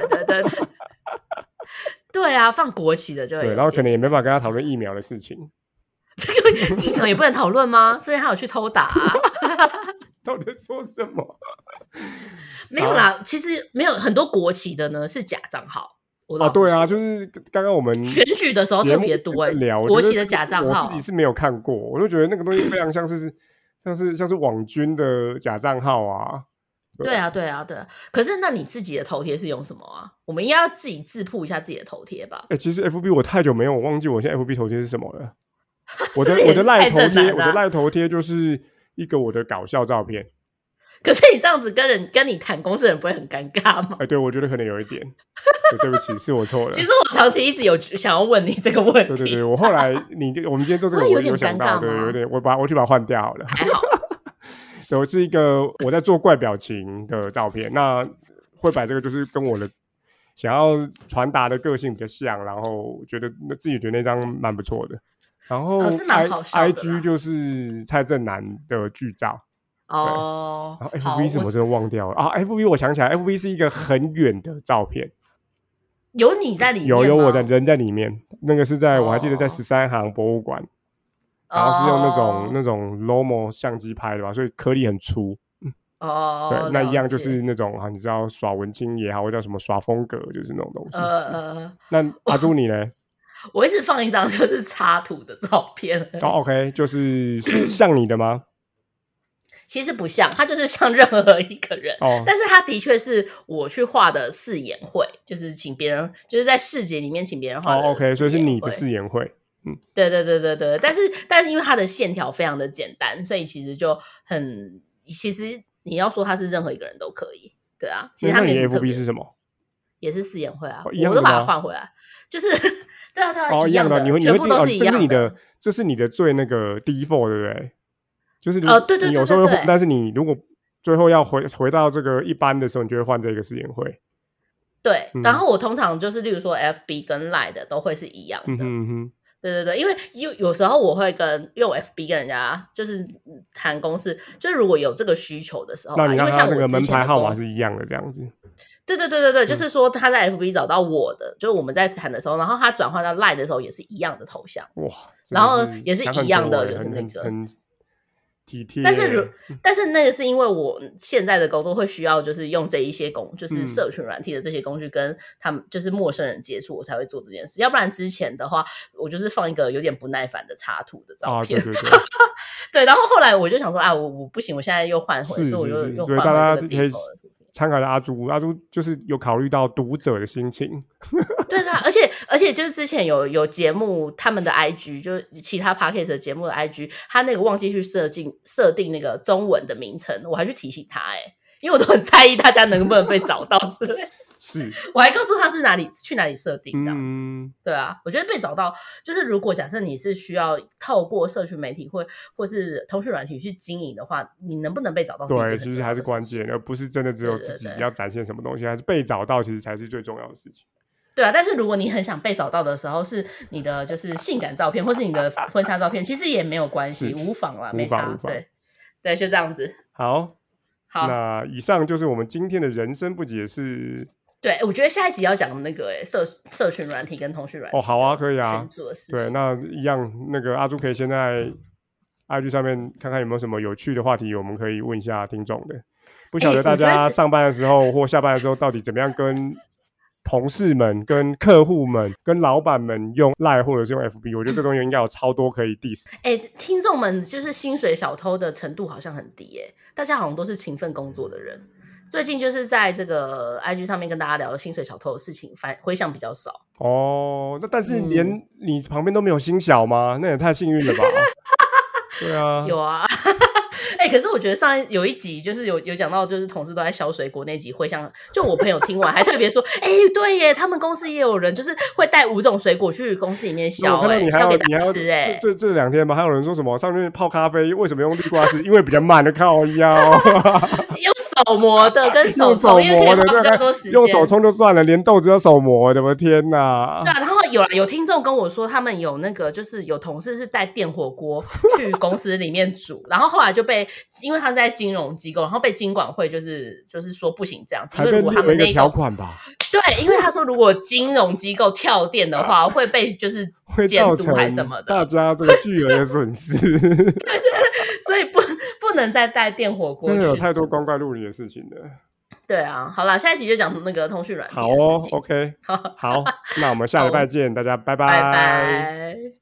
[SPEAKER 2] 对对对。 (laughs) 对啊，放国旗的就会
[SPEAKER 1] 对，
[SPEAKER 2] 有
[SPEAKER 1] 然后
[SPEAKER 2] 点
[SPEAKER 1] 可能也没办法跟他讨论疫苗的事情，
[SPEAKER 2] 疫苗也不能讨论吗？所以他有去偷打啊、
[SPEAKER 1] 到底在说什么？
[SPEAKER 2] 没有啦。其实没有很多国旗的呢是假账号。我老
[SPEAKER 1] 啊，
[SPEAKER 2] 实
[SPEAKER 1] 对啊，
[SPEAKER 2] 说
[SPEAKER 1] 就是刚刚我们
[SPEAKER 2] 选举的时候
[SPEAKER 1] 节
[SPEAKER 2] 特
[SPEAKER 1] 目
[SPEAKER 2] 别多、
[SPEAKER 1] 在
[SPEAKER 2] 欸，
[SPEAKER 1] 聊
[SPEAKER 2] 国旗的假账
[SPEAKER 1] 我
[SPEAKER 2] 号
[SPEAKER 1] 自己是没有看过，我就觉得那个东西非常像是像是像是网军的假账号啊，
[SPEAKER 2] 对啊，对啊，对啊。可是那你自己的头贴是用什么啊？我们应该要自己自曝一下自己的头贴吧
[SPEAKER 1] 哎、？其实 FB 我太久没有，我忘记我现在 FB 头贴是什么
[SPEAKER 2] (laughs)
[SPEAKER 1] 了。我的
[SPEAKER 2] 是不是
[SPEAKER 1] 我的
[SPEAKER 2] 也是蔡
[SPEAKER 1] 赖头
[SPEAKER 2] 正
[SPEAKER 1] 贴，
[SPEAKER 2] 南
[SPEAKER 1] 我
[SPEAKER 2] 啊
[SPEAKER 1] 的赖头贴就是一个我的搞笑照片。
[SPEAKER 2] 可是你这样子跟人跟你谈公事，人不会很尴尬吗 (laughs)
[SPEAKER 1] 哎、？对我觉得可能有一点，对对不起，是我错了
[SPEAKER 2] 其。实我长期一直有想要问你这个问
[SPEAKER 1] 对对
[SPEAKER 2] 题， (laughs)
[SPEAKER 1] 对，我后来你我们今天做这个，
[SPEAKER 2] 会
[SPEAKER 1] 我
[SPEAKER 2] 有点
[SPEAKER 1] 想
[SPEAKER 2] 尴
[SPEAKER 1] 到，
[SPEAKER 2] 尬
[SPEAKER 1] 对，
[SPEAKER 2] 吗
[SPEAKER 1] 有点，我把我去把它换掉好了。
[SPEAKER 2] 还好，
[SPEAKER 1] (laughs) 对，我是一个我在做怪表情的照片。那会摆这个就是跟我的想要传达的个性比较像，然后觉得那自己觉得那张蛮不错的。然后 I,、
[SPEAKER 2] 哦是蛮好笑的
[SPEAKER 1] I
[SPEAKER 2] 啦
[SPEAKER 1] G 就是蔡正南的剧照，
[SPEAKER 2] 哦
[SPEAKER 1] 然后，F 哎
[SPEAKER 2] 好，
[SPEAKER 1] V 是我
[SPEAKER 2] 我
[SPEAKER 1] 真的忘掉了啊！F V 我想起来，F V 是一个很远的照片，
[SPEAKER 2] 有你在里面吗，
[SPEAKER 1] 有有我在人在里面，那个是在、我还记得在
[SPEAKER 2] 哦
[SPEAKER 1] 十三行博物馆，
[SPEAKER 2] 哦，
[SPEAKER 1] 然后是用那种、那种 Lomo 相机拍的吧，所以颗粒很粗。
[SPEAKER 2] 哦，
[SPEAKER 1] 对，那
[SPEAKER 2] 了
[SPEAKER 1] 一样就
[SPEAKER 2] 解
[SPEAKER 1] 是那种啊，你知道耍文青也好，或叫什么耍风格，就是那种东西。
[SPEAKER 2] 呃呃，呃
[SPEAKER 1] 那阿朱你
[SPEAKER 2] (laughs)
[SPEAKER 1] 呢？
[SPEAKER 2] 我一直放一张就是插图的照片，
[SPEAKER 1] 哦，OK，就是是像你的吗？
[SPEAKER 2] 其实不像，他就是像任何一个人，
[SPEAKER 1] 哦，
[SPEAKER 2] 但是他的确是我去画的四眼会，就是请别人，就是在市集里面请别人画的、
[SPEAKER 1] 哦，OK，所以是你的
[SPEAKER 2] 四
[SPEAKER 1] 誓
[SPEAKER 2] 眼
[SPEAKER 1] 言会。
[SPEAKER 2] 绘对对对对对，但是但是因为它的线条非常的简单，所以其实就很，其实你要说他是任何一个人都可以，对啊，其实
[SPEAKER 1] 那
[SPEAKER 2] 他
[SPEAKER 1] 你
[SPEAKER 2] 没
[SPEAKER 1] 的
[SPEAKER 2] 有特
[SPEAKER 1] FB
[SPEAKER 2] 别，
[SPEAKER 1] 是什么？
[SPEAKER 2] 也是四眼会啊，
[SPEAKER 1] 哦一样
[SPEAKER 2] 我
[SPEAKER 1] 的
[SPEAKER 2] 都把它
[SPEAKER 1] 吗
[SPEAKER 2] 换回来，就是对啊对啊，
[SPEAKER 1] 哦，
[SPEAKER 2] 一
[SPEAKER 1] 样
[SPEAKER 2] 的，
[SPEAKER 1] 你会你
[SPEAKER 2] 全
[SPEAKER 1] 会
[SPEAKER 2] 部
[SPEAKER 1] 定
[SPEAKER 2] 都
[SPEAKER 1] 哦，
[SPEAKER 2] 一
[SPEAKER 1] 这是
[SPEAKER 2] 样
[SPEAKER 1] 你的，这是你的最那个 default，对不对？就是如
[SPEAKER 2] 哦对对
[SPEAKER 1] 你
[SPEAKER 2] 对
[SPEAKER 1] 有时候
[SPEAKER 2] 对
[SPEAKER 1] 会
[SPEAKER 2] 对
[SPEAKER 1] 换，但是你如果最后要回回到这个一般的时候，你就会换这个誓言会。
[SPEAKER 2] 对，
[SPEAKER 1] 嗯
[SPEAKER 2] 然后我通常就是例如说 FB 跟 Line 的都会是一样
[SPEAKER 1] 嗯
[SPEAKER 2] 的，
[SPEAKER 1] 哼嗯哼，
[SPEAKER 2] 对对对，因为有有时候我会跟因为我 FB 跟人家就是谈公事，就是如果有这个需求的时候
[SPEAKER 1] 那
[SPEAKER 2] 啊，
[SPEAKER 1] 你
[SPEAKER 2] 因
[SPEAKER 1] 让
[SPEAKER 2] 为
[SPEAKER 1] 他
[SPEAKER 2] 像
[SPEAKER 1] 那
[SPEAKER 2] 我
[SPEAKER 1] 个
[SPEAKER 2] 之
[SPEAKER 1] 门
[SPEAKER 2] 前
[SPEAKER 1] 牌
[SPEAKER 2] 的
[SPEAKER 1] 号码
[SPEAKER 2] 公
[SPEAKER 1] 是嗯一样的这样子。
[SPEAKER 2] 对对对对对，就是说他在 FB 找到我的，就是我们在谈的时候，然后他转换到 Line 的时候也是一样的头像，
[SPEAKER 1] 哇，真
[SPEAKER 2] 然
[SPEAKER 1] 的
[SPEAKER 2] 后也是
[SPEAKER 1] 想
[SPEAKER 2] 一
[SPEAKER 1] 很
[SPEAKER 2] 样
[SPEAKER 1] 多
[SPEAKER 2] 的
[SPEAKER 1] 欸
[SPEAKER 2] 就是
[SPEAKER 1] 很
[SPEAKER 2] 那
[SPEAKER 1] 很
[SPEAKER 2] 个 (laughs)
[SPEAKER 1] 很体贴欸。
[SPEAKER 2] 但是如但是那个是因为我现在的工作会需要就是用这一些工，就是
[SPEAKER 1] 嗯
[SPEAKER 2] 社群软体的这些工具跟他们就是陌生人接触，我才会做这件事，要不然之前的话，我就是放一个有点不耐烦的插图的照
[SPEAKER 1] 啊，
[SPEAKER 2] 片
[SPEAKER 1] 对，对对，
[SPEAKER 2] 对，然后后来我就想说啊，我我不行，我现在又换回，
[SPEAKER 1] 是
[SPEAKER 2] 所以我
[SPEAKER 1] 是
[SPEAKER 2] 就是又
[SPEAKER 1] 所
[SPEAKER 2] 换
[SPEAKER 1] 以大家
[SPEAKER 2] 回这个
[SPEAKER 1] 可以
[SPEAKER 2] default 的视频。
[SPEAKER 1] 参考一下阿朱，阿朱就是有考虑到读者的心情，
[SPEAKER 2] (laughs) 对对啊，而且而且就是之前有有节目，他们的 IG 就是其他 podcast 的节目的 IG，他那个忘记去设定设定那个中文的名称，我还去提醒他哎、因为我都很在意大家能不能被找到之类的。
[SPEAKER 1] 是，
[SPEAKER 2] 我还告诉他是哪里去哪里设定这样子。
[SPEAKER 1] 嗯，
[SPEAKER 2] 对啊，我觉得被找到就是，如果假设你是需要透过社群媒体或或是通讯软体去经营的话，你能不能被找哦到是一件
[SPEAKER 1] 对，
[SPEAKER 2] 很
[SPEAKER 1] 其
[SPEAKER 2] 重
[SPEAKER 1] 实
[SPEAKER 2] 要
[SPEAKER 1] 还
[SPEAKER 2] 的
[SPEAKER 1] 是
[SPEAKER 2] 事
[SPEAKER 1] 关
[SPEAKER 2] 情。
[SPEAKER 1] 键，而不是真的只有
[SPEAKER 2] 对对
[SPEAKER 1] 自己
[SPEAKER 2] 对
[SPEAKER 1] 要展现什么东西，还是被找到，其实才是最重要的事情。
[SPEAKER 2] 对啊，但是如果你很想被找到的时候，是你的就是性感照片或是你的婚纱照片，其实也没有关系，
[SPEAKER 1] 是
[SPEAKER 2] 无妨啦，
[SPEAKER 1] 无
[SPEAKER 2] 没
[SPEAKER 1] 妨
[SPEAKER 2] 差
[SPEAKER 1] 无。妨
[SPEAKER 2] 对，对，就这样子。
[SPEAKER 1] 好，
[SPEAKER 2] 好，
[SPEAKER 1] 那以上就是我们今天的人生不解释。
[SPEAKER 2] 对，我觉得下一集要讲那个诶社社群软体跟通讯软体
[SPEAKER 1] 哦，好啊，可以啊
[SPEAKER 2] 群，组的事
[SPEAKER 1] 对，
[SPEAKER 2] 情。
[SPEAKER 1] 那一样，那个阿朱可以先在 IG 上面看看有没有什么有趣的话题，我们可以问一下听众的。不晓
[SPEAKER 2] 哎
[SPEAKER 1] 得大
[SPEAKER 2] 我觉得
[SPEAKER 1] 家
[SPEAKER 2] 这
[SPEAKER 1] 上班的时候或下班的时候，到底怎么样跟同事们、跟客户们、跟老板们用 Line 或者是用 FB？我觉得这东西应该有超多可以
[SPEAKER 2] (laughs)
[SPEAKER 1] diss。
[SPEAKER 2] 哎，听众们就是薪水小偷的程度好像很低耶，大家好像都是勤奋工作的人。最近就是在这个 IG 上面跟大家聊薪水小偷的事情，反回想比较少。
[SPEAKER 1] 哦，那但是
[SPEAKER 2] 嗯
[SPEAKER 1] 连你旁边都没有心小吗？那也太幸运了
[SPEAKER 2] (laughs)
[SPEAKER 1] 吧？对啊，
[SPEAKER 2] 有啊， (laughs) 哎、可是我觉得上一有一集就是有有讲到，就是同事都在削水果那集，会像就我朋友听完还特别说，哎、对耶，他们公司也有人就是会带五种水果去公司里面削、
[SPEAKER 1] 我看到
[SPEAKER 2] 哎，
[SPEAKER 1] 你还
[SPEAKER 2] 削
[SPEAKER 1] 有
[SPEAKER 2] 给
[SPEAKER 1] 你
[SPEAKER 2] 大
[SPEAKER 1] 还
[SPEAKER 2] 家
[SPEAKER 1] 有
[SPEAKER 2] 吃、哎，
[SPEAKER 1] 这这两天吧，还有人说什么上面泡咖啡为什么用绿瓜丝？因为比较慢的靠
[SPEAKER 2] (laughs)
[SPEAKER 1] 腰，
[SPEAKER 2] 用手磨
[SPEAKER 1] (laughs)
[SPEAKER 2] 的跟手
[SPEAKER 1] 用手
[SPEAKER 2] 冲，因为可以
[SPEAKER 1] 磨的
[SPEAKER 2] 花比较多时
[SPEAKER 1] 对，
[SPEAKER 2] 间。
[SPEAKER 1] 用手冲就算了，连豆子都手磨的，我的天哪
[SPEAKER 2] 对！啊，然后有啦有听众跟我说，他们有那个就是有同事是带电火锅去公司里面煮， (laughs) 然后后来就被因为他在金融机构，然后被金管会就是就是说不行这样子，啊
[SPEAKER 1] 还
[SPEAKER 2] 因为
[SPEAKER 1] 被
[SPEAKER 2] 如果
[SPEAKER 1] 列
[SPEAKER 2] 他
[SPEAKER 1] 了
[SPEAKER 2] 们
[SPEAKER 1] 一
[SPEAKER 2] 那
[SPEAKER 1] 个
[SPEAKER 2] 一
[SPEAKER 1] 条
[SPEAKER 2] 种
[SPEAKER 1] 款吧，
[SPEAKER 2] 对，因为他说如果金融机构跳电的话，会被就是
[SPEAKER 1] 啊 (laughs) 会
[SPEAKER 2] 监
[SPEAKER 1] 造
[SPEAKER 2] 督
[SPEAKER 1] 成
[SPEAKER 2] 还什么的，
[SPEAKER 1] 大家这个巨额的损
[SPEAKER 2] (laughs)
[SPEAKER 1] 失，
[SPEAKER 2] 所以不不能再带电火锅
[SPEAKER 1] 真的有
[SPEAKER 2] 去
[SPEAKER 1] 太多
[SPEAKER 2] 煮
[SPEAKER 1] 光怪陆离的事情了。
[SPEAKER 2] 对啊，好啦，下一集就讲那个通讯软件
[SPEAKER 1] 哦
[SPEAKER 2] (laughs)
[SPEAKER 1] 好哦，，OK，
[SPEAKER 2] 好，
[SPEAKER 1] 好，那我们下礼拜见，大家拜
[SPEAKER 2] 拜拜。